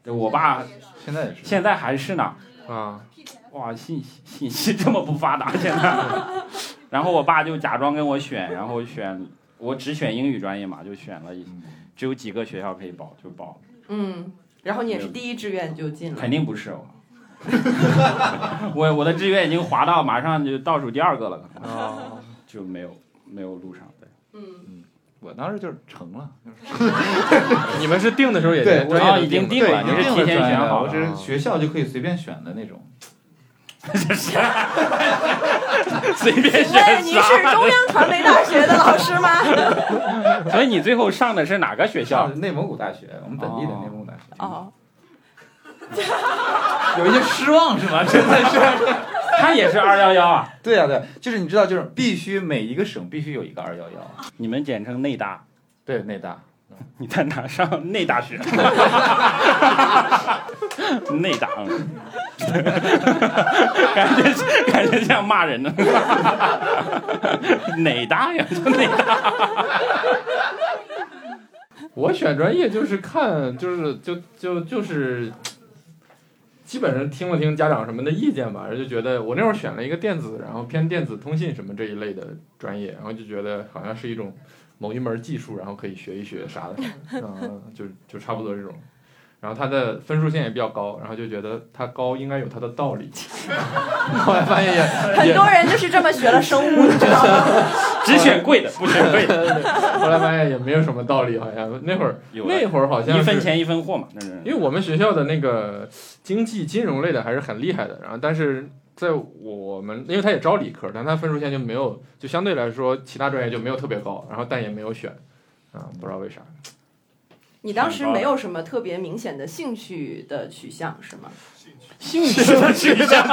B: 对我爸
C: 现在也是。
B: 现在还是呢，
D: 啊，
B: 哇，信息信息这么不发达现在。 然后我爸就假装跟我选，然后选我只选英语专业嘛，就选了
C: 嗯
B: 一只有几个学校可以报，就报了，
A: 嗯，然后你也是第一志愿就进了
B: 肯，定不是我。 我我的志愿已经滑到马上就倒数第二个了，可能
D: 啊，
B: 就没有没有录上。对，
A: 嗯，
C: 我当时就是成了，
D: 你们是定的时候也
C: 对
D: 专业
B: 啊
D: 都
B: 已经
D: 定
B: 定了
D: 了
B: 你是
C: 对，已经定
B: 提前选好
C: 了专业了，
B: 了啊
C: 我是学校就可以随便选的那种。
B: 随便
A: 喂，
B: 选
A: 您是
B: 啥。
A: 中央传媒大学的老师吗？
B: 所以你最后上的是哪个学校
C: 上？内蒙古大学，我们本地的
B: 哦
C: 内蒙古大学。
A: 哦，
C: 有一些失望是吗？ 真 的是。
B: 他也是二幺幺啊，
C: 对啊，对啊，就是你知道，就是必须每一个省必须有一个二幺幺。
B: 你们简称内大。
C: 对，内 大。
B: 你在哪上内大学？内大，嗯感觉是感觉像骂人呢。哪大呀？就内大。
D: 我选专业就是看，就是就就就是，基本上听了听家长什么的意见吧，然后就觉得我那会儿选了一个电子，然后偏电子通信什么这一类的专业，然后就觉得好像是一种某一门技术，然后可以学一学啥的， 嗯，就就差不多这种。然后它的分数线也比较高，然后就觉得它高应该有它的道理。 后来发现也
A: 很多人就是这么学了生物，你知道吗？
B: 只选贵的，不选贵的。
D: 后来发现也没有什么道理，好像那会儿
B: 有
D: 那
B: 的
D: 会儿好像
B: 一分
D: 是
B: 钱一分货嘛，那是
D: 因为我们学校的那个经济金融类的还是很厉害的，然后但是在我们，因为他也招理科，但他分数线就没有，就相对来说其他专业就没有特别高，然后但也没有选，啊，不知道为啥。
A: 你当时没有什么特别明显的兴趣的取向是吗？
B: 兴趣的取向，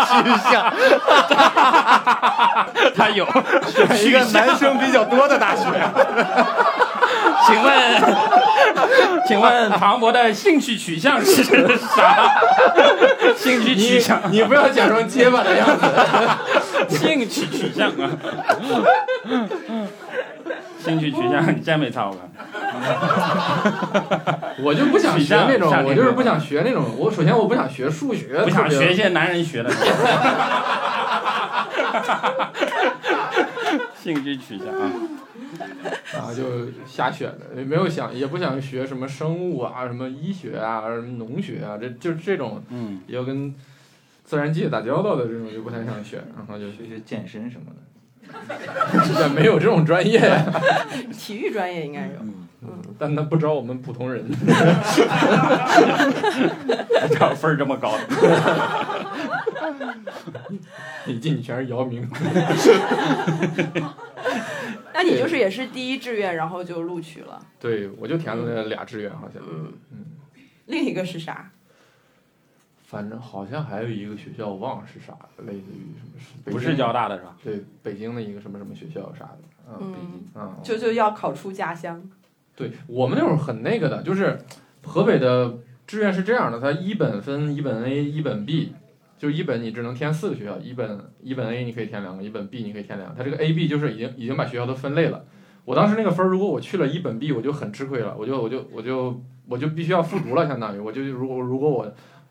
B: 他有
C: 选一个男生比较多的大学。
B: 请问，请问庞博的兴趣取向是啥？兴趣取向，
D: 你不要假装结巴的样子。
B: 兴趣取向啊，兴趣取向，你真没操吧？
D: 我就不想学那种
B: 像像，那
D: 我就是不想学那种。我首先我不想学数学，
B: 不想
D: 特别
B: 学一些男人学的。兴趣取向啊，
D: 啊，就瞎选的，也没有想，也不想学什么生物啊、什么医学啊、什么农学啊，这就是这种
B: 嗯，
D: 要跟自然界打交道的这种就不太想选，然后就
C: 学学健身什么的。
D: 也没有这种专业，
A: 体育专业应该有。
D: 但他不招我们普通人。
B: 这分儿这么高的，
D: 一进去全是姚明，
A: 那你就是也是第一志愿，然后就录取了。
D: 对我就填了俩志愿，好像，
A: 嗯，另一个是啥？
D: 反正好像还有一个学校我忘了是啥，类似于什么是北京
B: 不是交大的是吧？
D: 对北京的一个什么什么学校啥的，嗯
A: 嗯，
D: 嗯，
A: 就就要考出家乡。
D: 对我们那会儿很那个的，就是河北的志愿是这样的，它一本分一本 A 一本 B，就一本你只能填四个学校，一本一本 A 你可以填两个，一本 B 你可以填两个，它这个 A B 就是已经已经把学校都分类了。我当时那个分儿，如果我去了一本 B，我就很吃亏了，我就我就我就我就必须要复读了，相当于我就如果如果我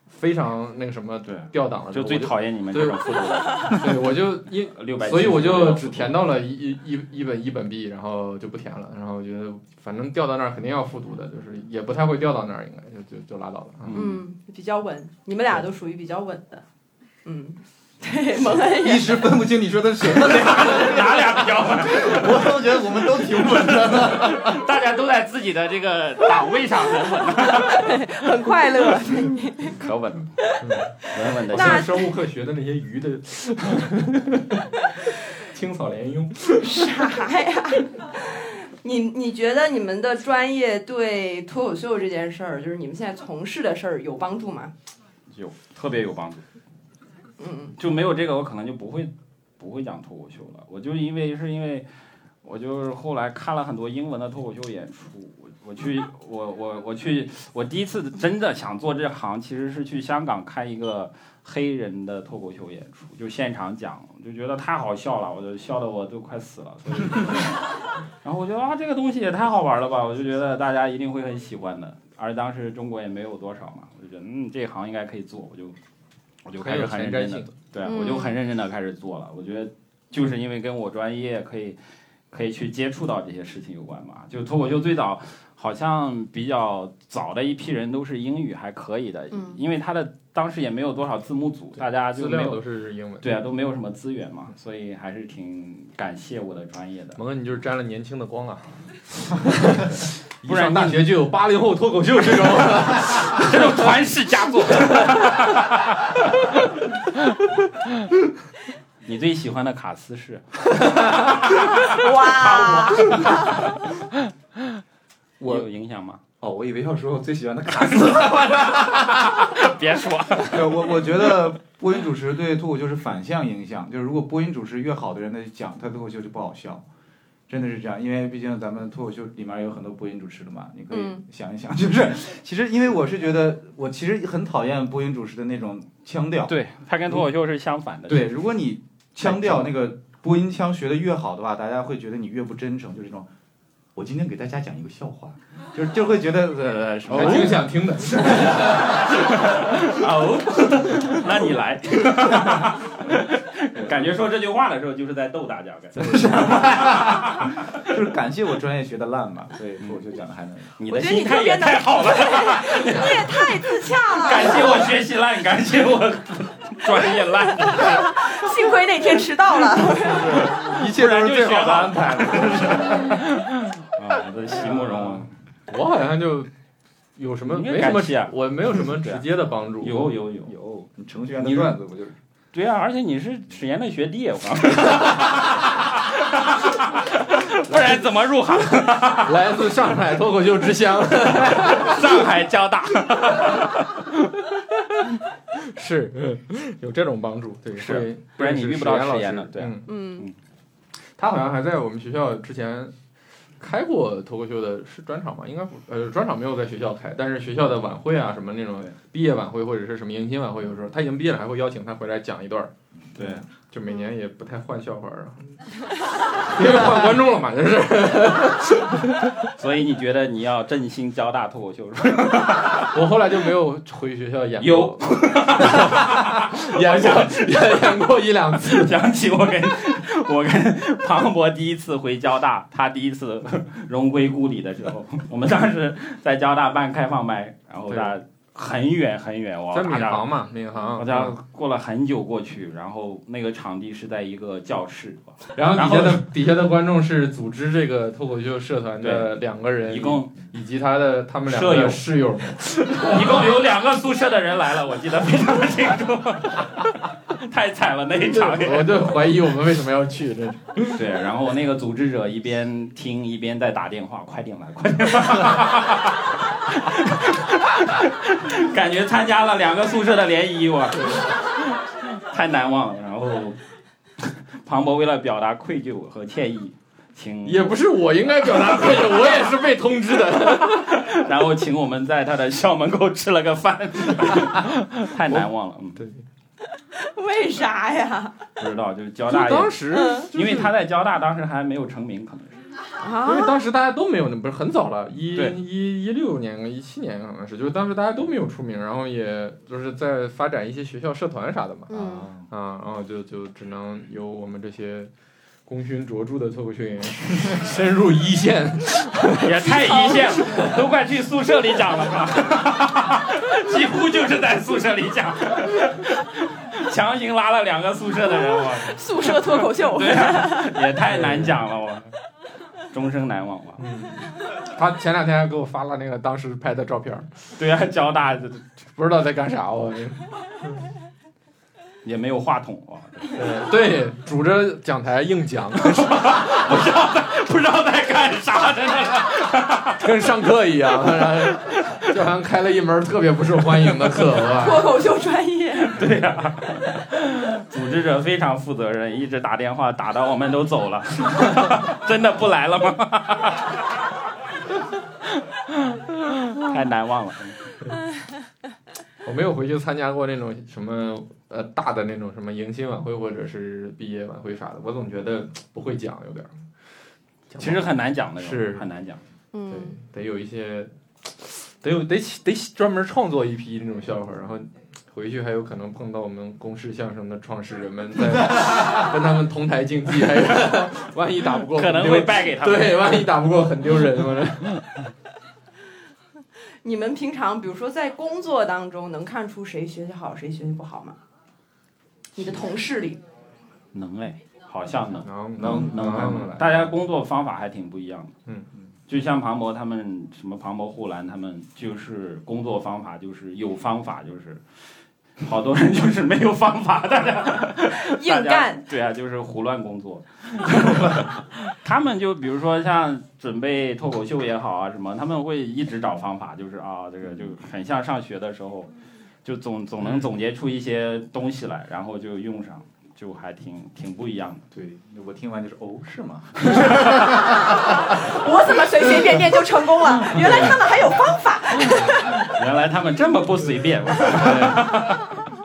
D: 非常那个什么
B: 对，
D: 调档了，
B: 就最讨厌你们这种复读的，
D: 我就对我就因
B: 六百，
D: 所以我就只填到了一一一一本一本 B，然后就不填了。然后我觉得反正调到那儿肯定要复读的，就是也不太会调到那儿，应该就就就拉倒了。啊。
B: 嗯，
A: 嗯，比较稳。你们俩都属于比较稳的。嗯， 对，蒙恩
C: 一时分不清你说的是谁，我
B: 哪俩标啊？
C: 都觉得 我们都挺稳的。
B: 大家都在自己的这个档位上很稳，
A: 很快乐。
B: 可稳了，稳稳的。
A: 那
D: 像生物课学的那些鱼的 青草莲蛹，
A: 啥呀？你你觉得你们的专业对脱口秀这件事儿，就是你们现在从事的事儿有帮助吗？
B: 有特别有帮助。
A: 嗯，
B: 就没有这个，我可能就不会不会讲脱口秀了。我就因为是因为我就是后来看了很多英文的脱口秀演出，我我去我我我去我第一次真的想做这行，其实是去香港看一个黑人的脱口秀演出，就现场讲，就觉得太好笑了，我就笑得我都快死了。所以，然后我觉得啊，这个东西也太好玩了吧，我就觉得大家一定会很喜欢的。而当时中国也没有多少嘛，我就觉得嗯，这行应该可以做，我就我就开始很认真的，对，我就很认真的开始做了。我觉得就是因为跟我专业可以。可以去接触到这些事情有关嘛？就脱口秀最早好像比较早的一批人都是英语还可以的，
A: 嗯
B: 因为他的当时也没有多少字幕组，大家就
D: 资
B: 没
D: 料
B: 有
D: 都是英文。
B: 对啊，都没有什么资源嘛，所以还是挺感谢我的专 业的。
D: 蒙哥，你就是沾了年轻的光 啊！
B: 不然
D: 一上大学就有八零后脱口秀这种，
B: 这种传世佳作。你最喜欢的卡斯是？
E: 哇，
B: 我有影响吗？
C: 哦，我以为要说我最喜欢的 卡斯。
B: 别说，
C: 对我我觉得播音主持对脱口秀是反向影响，就是如果播音主持越好的人来讲，他脱口秀就不好笑，真的是这样。因为毕竟咱们脱口秀里面有很多播音主持的嘛，你可以
A: 嗯
C: 想一想，就是其实因为我是觉得我其实很讨厌播音主持的那种腔调。
B: 对他跟脱口秀是相反的。
C: 对，如果你腔调那个播音腔学的越好的话，大家会觉得你越不真诚，就是这种。我今天给大家讲一个笑话，就是就会觉得呃
B: 哦
C: 什么
D: 还挺想听的。
B: 哦 那你来，感觉说这句话的时候就是在逗大家，感觉
C: 就是感谢我专业学的烂嘛，所以脱口秀讲的还能。
B: 你
A: 我
B: 的
A: 觉得你
B: 心态
A: 特
B: 也
A: 别能，
B: 太 好了，
A: 你也太自洽了。
B: 感谢我学习烂，感谢我专业烂，
A: 幸亏那天迟到了。
C: 一切都是最好的安排了。
B: 啊，我的席慕容啊，
D: 我好像就有什么
B: 你应
D: 没
B: 该
D: 什么
B: 感谢啊，
D: 我没有什么直接的帮助。
B: 有有有，
C: 嗯有你程序员
B: 你
C: 的段子不就是？
B: 对啊，而且你是史岩的学弟，啊我告诉你， 不然怎么入行
D: 来自上海脱口秀之乡，
B: 上海交大？
D: 是 嗯有这种帮助，对，
B: 是啊
D: 会
B: 不然你遇不到
D: 认识
B: 史
D: 老
B: 岩
D: 师
B: 的对啊
D: 嗯
A: 嗯，
D: 他好像还在我们学校之前开过脱口秀的，是专场吗？应该不，呃，专场没有在学校开，但是学校的晚会啊，什么那种毕业晚会或者是什么迎新晚会，有时候他已经毕业了，还会邀请他回来讲一段儿，
C: 对，
D: 就每年也不太换笑话儿啊，因为换观众了嘛，就是
B: 所以你觉得你要振兴交大脱口秀是吧？
D: 我后来就没有回学校演过，
B: 有
D: 演过演演过一两次，
B: 想起我跟 我跟庞博第一次回交大，他第一次荣归故里的时候， 我们当时在交大办开放麦，然后大家很远很远，哇，
D: 在闵
B: 大家
D: 行嘛，闵行，
B: 大家过了很久过去，然后那个场地是在一个教室，
D: 然后底下的底下的观众是组织这个脱口秀社团的两个人，
B: 一共
D: 以及他的他们两个
B: 舍友
D: 室友 们，
B: 一共有两个宿舍的人来了，我记得非常清楚， 太惨了那一场。
D: 我就怀疑我们为什么要去，这
B: 对，然后那个组织者一边听一边在打电话，快点来，快点来！ 感觉参加了两个宿舍的联谊，我太难忘了。然后 庞博为了表达愧疚和歉意，请
D: 也不是我应该表达愧疚，我也是被通知 的。
B: 然后请我们在他的校门口吃了个饭， 太难忘了。嗯，
D: 对，
A: 嗯
E: 为啥呀？
B: 不知道就是交
D: 就
B: 大也，
D: 当时，
B: 因为他在交大当时还没有成名，可能是
D: 因为当时大家都没有，不是很早了，一
B: 对
D: 一一六年、一七年可能是，就是当时大家都没有出名，然后也就是在发展一些学校社团啥的嘛，
A: 嗯，
D: 啊，然后就就只能由我们这些功勋卓著的脱口秀 演员深入一线，
B: 也太一线了，都快去宿舍里讲了吧， 几乎就是在宿舍里讲，强行拉了两个宿舍的人，我
A: 嗯宿舍脱口 秀。
B: 对啊，也太难讲了，我终生难忘吧。
D: 他前两天还给我发了那个当时拍的照片儿，
B: 对啊，交大
D: 不知道在干啥我。
B: 也没有话筒啊，
D: 对，拄着讲台硬讲，
B: 不知道在干啥，真的是。
D: 跟上课一样，就好像开了一门特别不受欢迎的课，哇
A: 脱口秀专业，
B: 对呀、组织者非常负责任，一直打电话打到我们都走了， 真的不来了吗？ 太难忘了。
D: 我没有回去参加过那种什么呃大的那种什么迎新晚会或者是毕业晚会啥的，我总觉得不会讲，有点儿讲不好
B: 其实很难讲的，
D: 是
B: 很难讲。
D: 对
A: 嗯，，
D: 得有一些，得有得起得起专门创作一批那种笑话，然后回去还有可能碰到我们公式相声的创始人们在跟他们同台竞技，还有万一打不过
B: 可能
D: 很
B: 会
D: 丢
B: 败给他们。
D: 对，万一打不过很丢人，我这
A: 你们平常比如说在工作当中能看出谁学习好谁学习不好吗？你的同事里，
B: 能哎，好像能，
D: 能
B: 能能看出来。大家工作方法还挺不一样的。
D: 嗯
B: 就像庞博他们什么庞博护栏，他们就是工作方法就是有方法，就是好多人就是没有方法，大家
A: 硬
B: 大家
A: 干。
B: 对啊，就是胡乱工作。 他们就比如说像准备脱口秀也好啊什么，他们会一直找方法，就是啊这个就很像上学的时候，就总总能总结出一些东西来，然后就用上，就还挺挺不一样的。
C: 对，我听完就是哦，是吗？
A: 我怎么随随便便就成功了？原来他们还有方法。
B: 原来他们这么不随便， 我操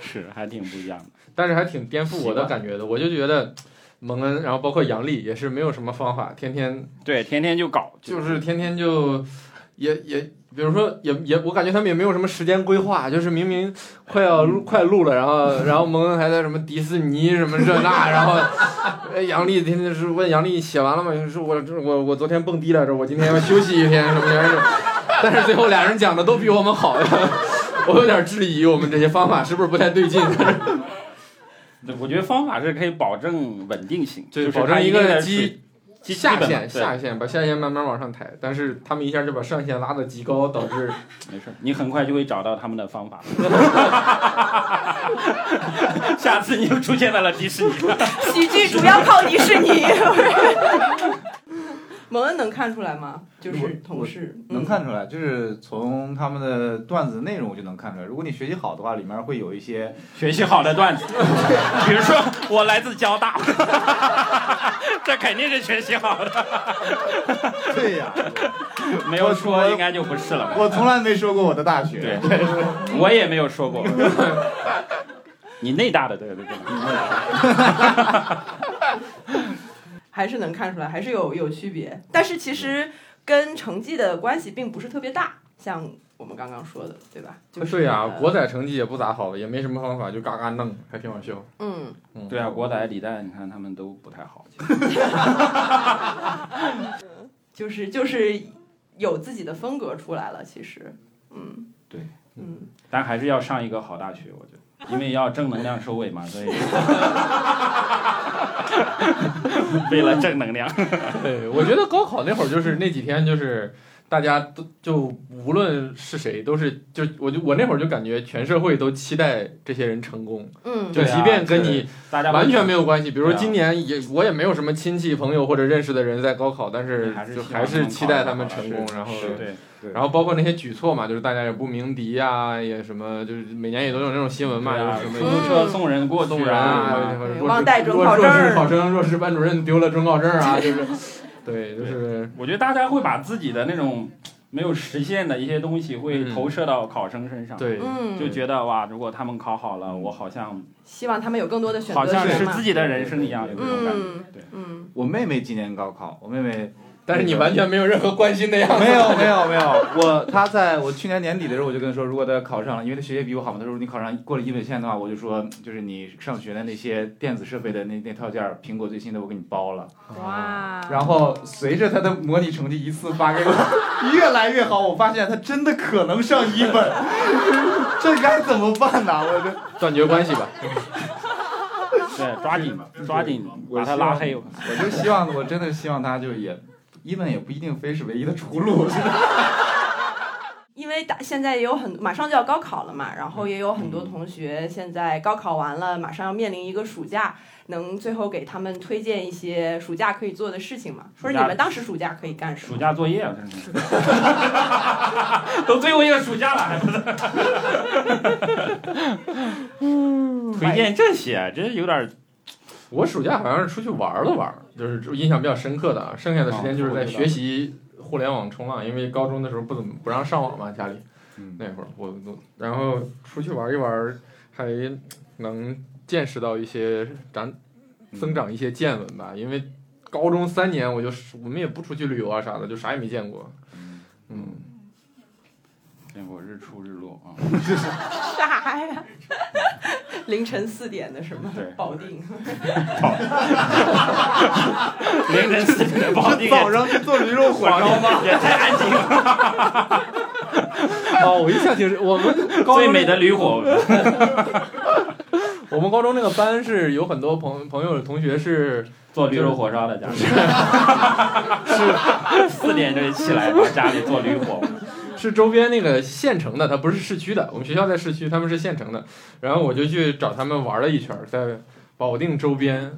B: 是还挺不一样的。
D: 但是还挺颠覆我的感觉的。我就觉得蒙恩，然后包括杨笠也是没有什么方法，天天
B: 对，天天就搞，
D: 就是天天就也也，比如说也也，我感觉他们也没有什么时间规划，就是明明快要录快录了，然后然后蒙恩还在什么迪士尼什么这那，然后呃杨笠天天是问杨笠写完了吗？就是我这我我昨天蹦迪来着，我今天要休息一天什么的，但是最后俩人讲的都比我们好呀。我有点质疑我们这些方法是不是不太对劲，
B: 我觉得方法是可以保证稳定性，
D: 就是保证
B: 它一定
D: 个
B: 的
D: 基
B: 水基
D: 下
B: 基本
D: 限
B: 嘛对
D: 下限，把下限慢慢往上抬，但是他们一下就把上限拉得极高，导 致啊
B: 没事儿，你很快就会找到他们的方法。 下次你又出现在了迪士尼。
A: 喜剧主要靠迪士尼。蒙恩能看出来吗？就是同事嗯
C: 能。看出来，就是从他们的段子内容就能看出来。如果你学习好的话，里面会有一些
B: 学习好的段子，比如说我来自交 大，这肯定是学习好的。
C: 对呀、
B: 没有说应该就不是了吧？
C: 我从来没说过我的大学。
B: 对，我也没有说 过。你内大的，对对对。
A: 还是能看出来，还是有有区别。但是其实跟成绩的关系并不是特别大，像我们刚刚说的，对吧？就是
B: 啊
D: 对呀、
A: 呃
D: 国仔成绩也不咋好，也没什么方法，就嘎嘎弄，还挺好 笑。
A: 嗯，
D: 嗯，
B: 对啊，国仔、李诞，你看他们都不太好。
A: 就是就是有自己的风格出来了，其实，嗯，
B: 对，
A: 嗯，
B: 但还是要上一个好大学，我觉得，因为要正能量收尾嘛， 所以为了正能量，
D: 对，我觉得高考那会儿就是那几天就是。大家都就无论是谁，都是就我就我那会儿就感觉全社会都期待这些人成功，
A: 嗯，
D: 就
B: 对啊
D: 即便跟你
B: 大家
D: 完全没有关系，比如说
B: 对啊
D: 今年也我也没有什么亲戚朋友或者认识的人在高考，但是
B: 还是
D: 就
B: 希望
D: 还是
B: 能
D: 期
B: 考
D: 待
B: 得
D: 他们
B: 好啊
D: 成
B: 是
D: 功，然后
B: 是对，
D: 然后包括那些举措嘛，就是大家也不鸣笛呀、也什么，就是每年也都有那种新闻嘛，
B: 对啊
D: 就是什
B: 出
D: 么
B: 租车送人过去
D: 送人啊，
B: 啊，
D: 或者
A: 对
D: 弱
A: 忘
D: 智
A: 带准
D: 弱
A: 考证
D: 弱
A: 儿
D: 智考生、弱智班主任丢了准考证啊，就是，对，就是
B: 我觉得大家会把自己的那种没有实现的一些东西会投射到考生身上，，
D: 嗯对，嗯
A: 嗯，
B: 就觉得哇，如果他们考好了，我好像
A: 希望他们有更多的选择
B: 好像
A: 权
B: 是
A: 嘛
B: 自己的人生一样，有这种感觉。
A: 嗯
B: 对
A: 嗯，
C: 我妹妹今年高考，我妹妹
D: 但是你完全没有任何关心的样子，
C: 没有没有没有，我她在我去年年底的时候，我就跟她说，如果她考上了，因为她学业比我好嘛，她说你考上过了一本线的话，我就说就是你上学的那些电子设备的那那套件儿，苹果最新的我给你包了。
A: 哇，
C: 然后随着她的模拟成绩一次发给我， 越来越好，我发现她真的可能上一本， 这该怎么办呢？我这
D: 断绝关系吧。
B: 对，
A: 嗯
B: 抓紧抓紧
C: 我
B: 把他
C: 希
B: 拉
C: 望
B: 黑。
C: 我就希望，我真的希望她就也，一本也不一定非是唯一的出路。
A: 因为大现在也有很马上就要高考了嘛，然后也有很多同学现在高考完了，马上要面临一个暑假，能最后给他们推荐一些暑假可以做的事情吗？说你
B: 暑假
A: 们当时暑假可以干什
B: 暑
A: 么？
B: 假作业啊，真是， 都最后一个暑假了，还 不是？推荐这些，这有点
D: 我暑假好像是出去玩了玩儿，就是就印象比较深刻的啊。剩下的时间就是在学习互联网冲浪，因为高中的时候不怎么不让上网嘛，家里
C: 嗯
D: 那会儿我我然后出去玩一玩，还能见识到一些长增长一些见闻吧。因为高中三年我就是我们也不出去旅游啊啥的，就啥也没见过。嗯，
B: 见过日出日落啊。
A: 啥呀？凌晨四点的什么
B: 对
A: 保定？
B: 凌晨四点 保定
C: 早上去做驴肉火烧吗？
B: 也太安静了，
D: 哦，我一下就是我们高
B: 最
D: 中
B: 美的驴火。
D: 我们高中那个班是有很多朋朋友同学是
B: 做驴肉火烧的家里，是四点就起来，到家里做驴火。
D: 是周边那个县城的，它不是市区的。我们学校在市区，他们是县城的。然后我就去找他们玩了一圈儿，在保定周边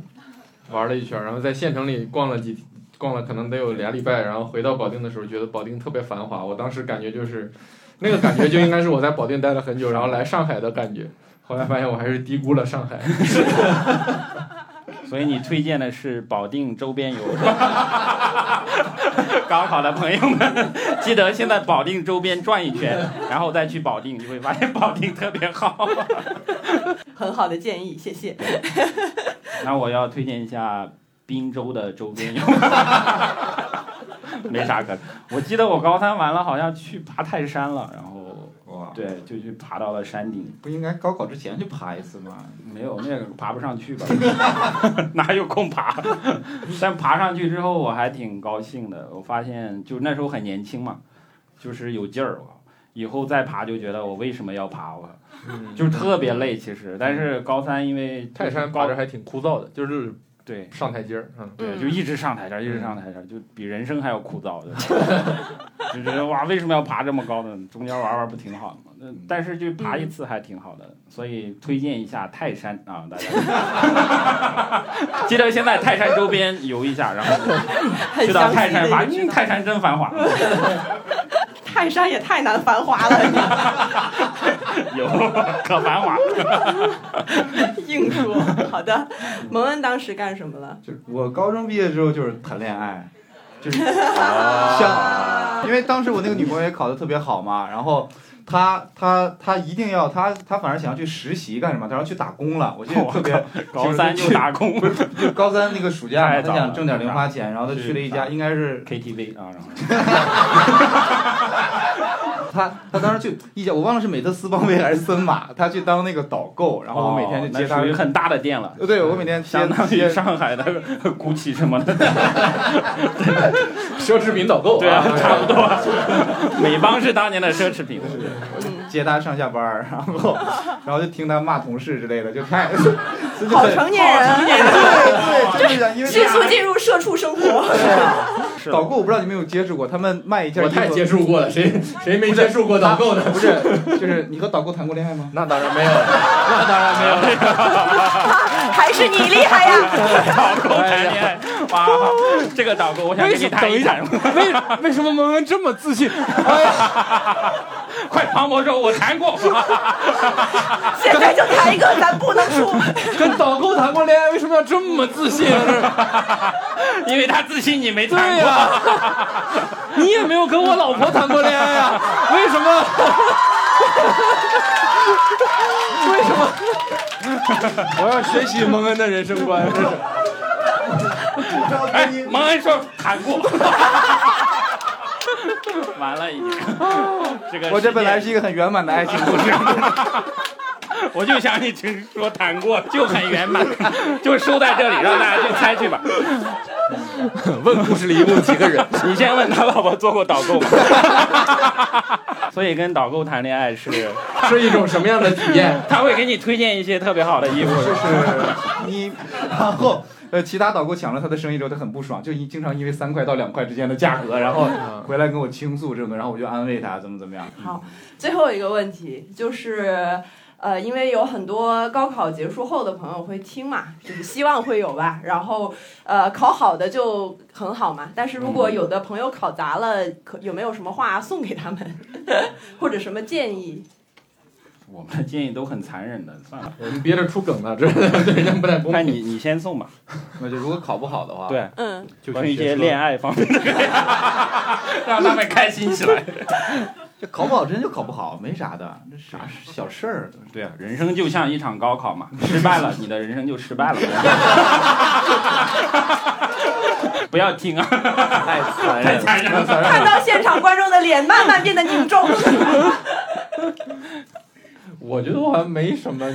D: 玩了一圈儿，然后在县城里逛了几逛了，可能得有俩礼拜。然后回到保定的时候，觉得保定特别繁华。我当时感觉就是那个感觉，就应该是我在保定待了很久，然后来上海的感觉。后来发现我还是低估了上海。
B: 所以你推荐的是保定周边游。 高考的朋友们，记得先在保定周边转一圈，然后再去保定，你会发现保定特别好。
A: 很好的建议，谢谢。
B: 那我要推荐一下滨州的周边游，没啥可。我记得我高三完了，好像去爬泰山了，然后
C: 哇，
B: 对，就去爬到了山顶。
C: 不应该高考之前去爬一次吗？
B: 没有那个爬不上去吧，哪有空爬？但爬上去之后，我还挺高兴的。我发现，就那时候很年轻嘛，就是有劲儿。我靠以后再爬就觉得我为什么要爬？我靠就是特别累，其实。但是高三因为
D: 嗯泰山
B: 高
D: 爬着还挺枯燥的，就是
B: 对
D: 上台阶儿，嗯，
B: 对，
A: 嗯
B: 就一直上台阶儿，一直上台阶儿，就比人生还要枯燥。 就就觉得哇，为什么要爬这么高呢？中间玩玩不挺好的吗？那但是就爬一次还挺好的，所以推荐一下泰山啊，大家 记得先在泰山周边游一下，然后
A: 很
B: 去到
A: 详细
B: 泰山
A: 的
B: 吧，
A: 一
B: 嗯，泰山真繁华，
A: 泰山也太难繁华了，
B: 有可繁华。
A: 硬说。好的，蒙恩当时干什么了？
C: 就是我高中毕业之后就是谈恋爱，就是
B: 哦
A: 啊
C: 像，因为当时我那个女朋友也考得特别好嘛，然后她她她一定要她她反正想要去实习干什么？她要去打工了。我记得特别
B: 高三就打工
C: 不是就高三那个暑假嘛，
B: 太
C: 她
B: 早了
C: 想挣点零花钱，然后她去了一家
B: 是
C: 应该是
B: KTV 啊，然后
C: 她她当时去一家我忘了是美特斯邦威还是森马，她去当那个导购，然后我每天就接
B: 哦那
C: 她
B: 属于。很大的店了。
C: 呃对，我每天接
B: 相当于
C: 接
B: 上海的 GUCCI 什么的，
D: 奢侈品导购
B: 对啊， 差不多。 美邦是当年的奢侈品，
C: 接她上下班儿，然 后然后就听她骂同事之类的，就太这就
A: 好
C: 很
A: 成年人，
C: 对对，就是这样，因为
A: 迅速进入社畜生活。
B: 是
C: 导购我不知道你们有接触过，他们卖一件衣
D: 我
C: 服，
D: 太接触过了，谁谁没接触过导购的？
C: 不是，就是你和导购谈过恋爱吗？
D: 那当然没有， 那当然没有。
A: 还是你厉害呀！
B: 导购谈恋爱，哇，这个导购我想跟你谈一谈，
D: 为为什么蒙恩这么自信？
B: 快庞博说，我谈过，
A: 现在就谈一个，咱不能输。
D: 跟导购谈过恋爱，为什么要这么自信啊？
B: 因为他自信你没
D: 这对
B: 谈
D: 呀、
B: 过，
D: 你也没有跟我老婆谈过恋爱啊？为什么？ 为什么？ 我要学习蒙恩的人生观，这是
B: 哎，蒙恩说谈过，完了已经，这个
C: 我这本来
B: 世
C: 是一个很圆满的爱情故事，
B: 界 我就想你只说谈过就很圆 满，就收在这里，让大家去猜去吧。
D: 问故事里一共几个人？
B: 你先问他老婆做过导购吗？ 所以跟导购谈恋爱是，
D: 是一种什么样 的体验？
B: 他会给你推荐一些特别好的衣服。
C: 就是你，然后。呃，其他导购抢了他的生意之后，他很不爽，就一经常因为三块到两块之间的价格，然后
D: 嗯
C: 回来跟我倾诉这种东西，然后我就安慰他怎么怎么样。
A: 好 最后一个问题就是，呃，因为有很多高考结束后的朋友会听嘛，就是希望会有吧。然后，呃，考好的就很好嘛。但是如果有的朋友考砸了，可有没有什么话送给他们， 或者什么建议？
B: 我们的建议都很残忍的，算了，
D: 我们憋着出梗呢，这 对人家不太公
B: 那
D: 平。
B: 你你先送吧。
C: 那就如果考不好的话，
B: 对，
A: 嗯，
D: 就
B: 关于一
D: 学
B: 些
D: 车
B: 恋爱方面 的，让他们开心起来。
C: 这考不好真就考不好，没啥的，这啥小事儿。
B: 对啊，人生就像一场高考嘛，失败了，你的人生就失败了。不要听啊！
C: 太残忍了，
A: 看到现场观众的脸慢慢变得凝重。
D: 我觉得我好像没什么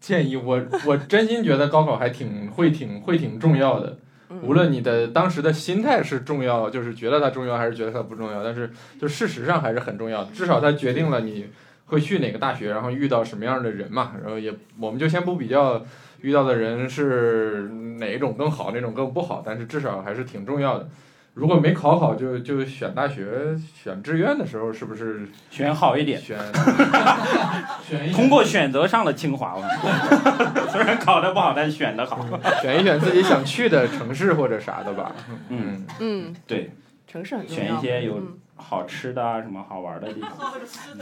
D: 建议，我我真心觉得高考还挺会挺会挺重要的。
A: 嗯
D: 无论你的当时的心态是重要，就是觉得它重要还是觉得它不重要，但是就事实上还是很重要的。至少它决定了你会去哪个大学，然后遇到什么样的人嘛。然后也我们就先不比较遇到的人是哪一种更好，哪种更不好，但是至少还是挺重要的。如果没考好就就选大学选志愿的时候，是不是
B: 选好一点，
D: 选
G: 选一
B: 通过选择上了清华了。虽然考的不好，但是选的好。
D: 选一选自己想去的城市或者啥的吧。
B: 嗯，
A: 嗯，
B: 对，
A: 城市很重
B: 选一
A: 要。
B: 些有
A: 嗯
B: 好吃的啊，什么好玩的地方。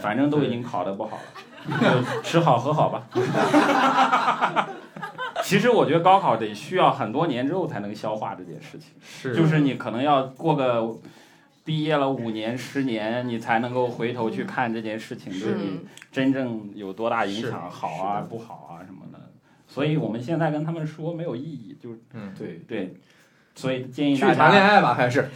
B: 反正都已经考得不好了，就吃好喝好吧。 其实我觉得高考得需要很多年之后才能消化这件事情。
D: 是
B: 就是你可能要过个毕业了五年、十年，你才能够回头
A: 嗯
B: 去看这件事情对你真正有多大影响，好啊、不好啊什么的。所以我们现在跟他们说没有意义，就
D: 嗯，
C: 对，
B: 对。所以建议
D: 去
B: 大
D: 谈恋
B: 家
D: 爱吧，还是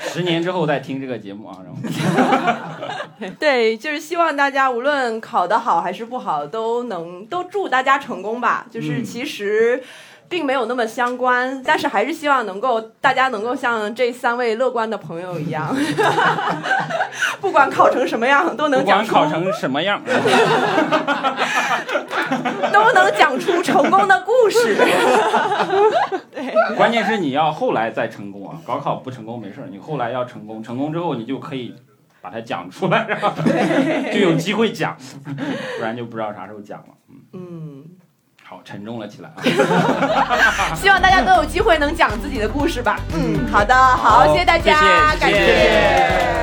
B: 十年之后再听这个节目啊，然后
A: 对，就是希望大家无论考得好还是不好，都能都祝大家成功吧。就是
B: 嗯
A: 其实。并没有那么相关，但是还是希望能够大家能够像这三位乐观的朋友一样， 不管考成什么样都
B: 不
A: 能讲
B: 管
A: 出
B: 考成什么样，
A: 都能讲出成功的故事。
B: 关键是你要后来再成功啊。高考不成功没事儿，你后来要成功，成功之后你就可以把它讲出来，然后 就有机会讲，不然就不知道啥时候讲了。
A: 嗯，
B: 好，沉重了起来啊。
A: 希望大家都有机会能讲自己的故事吧。嗯，好的，好，
B: 好
A: 谢谢大家，
B: 谢谢
A: 感
B: 谢谢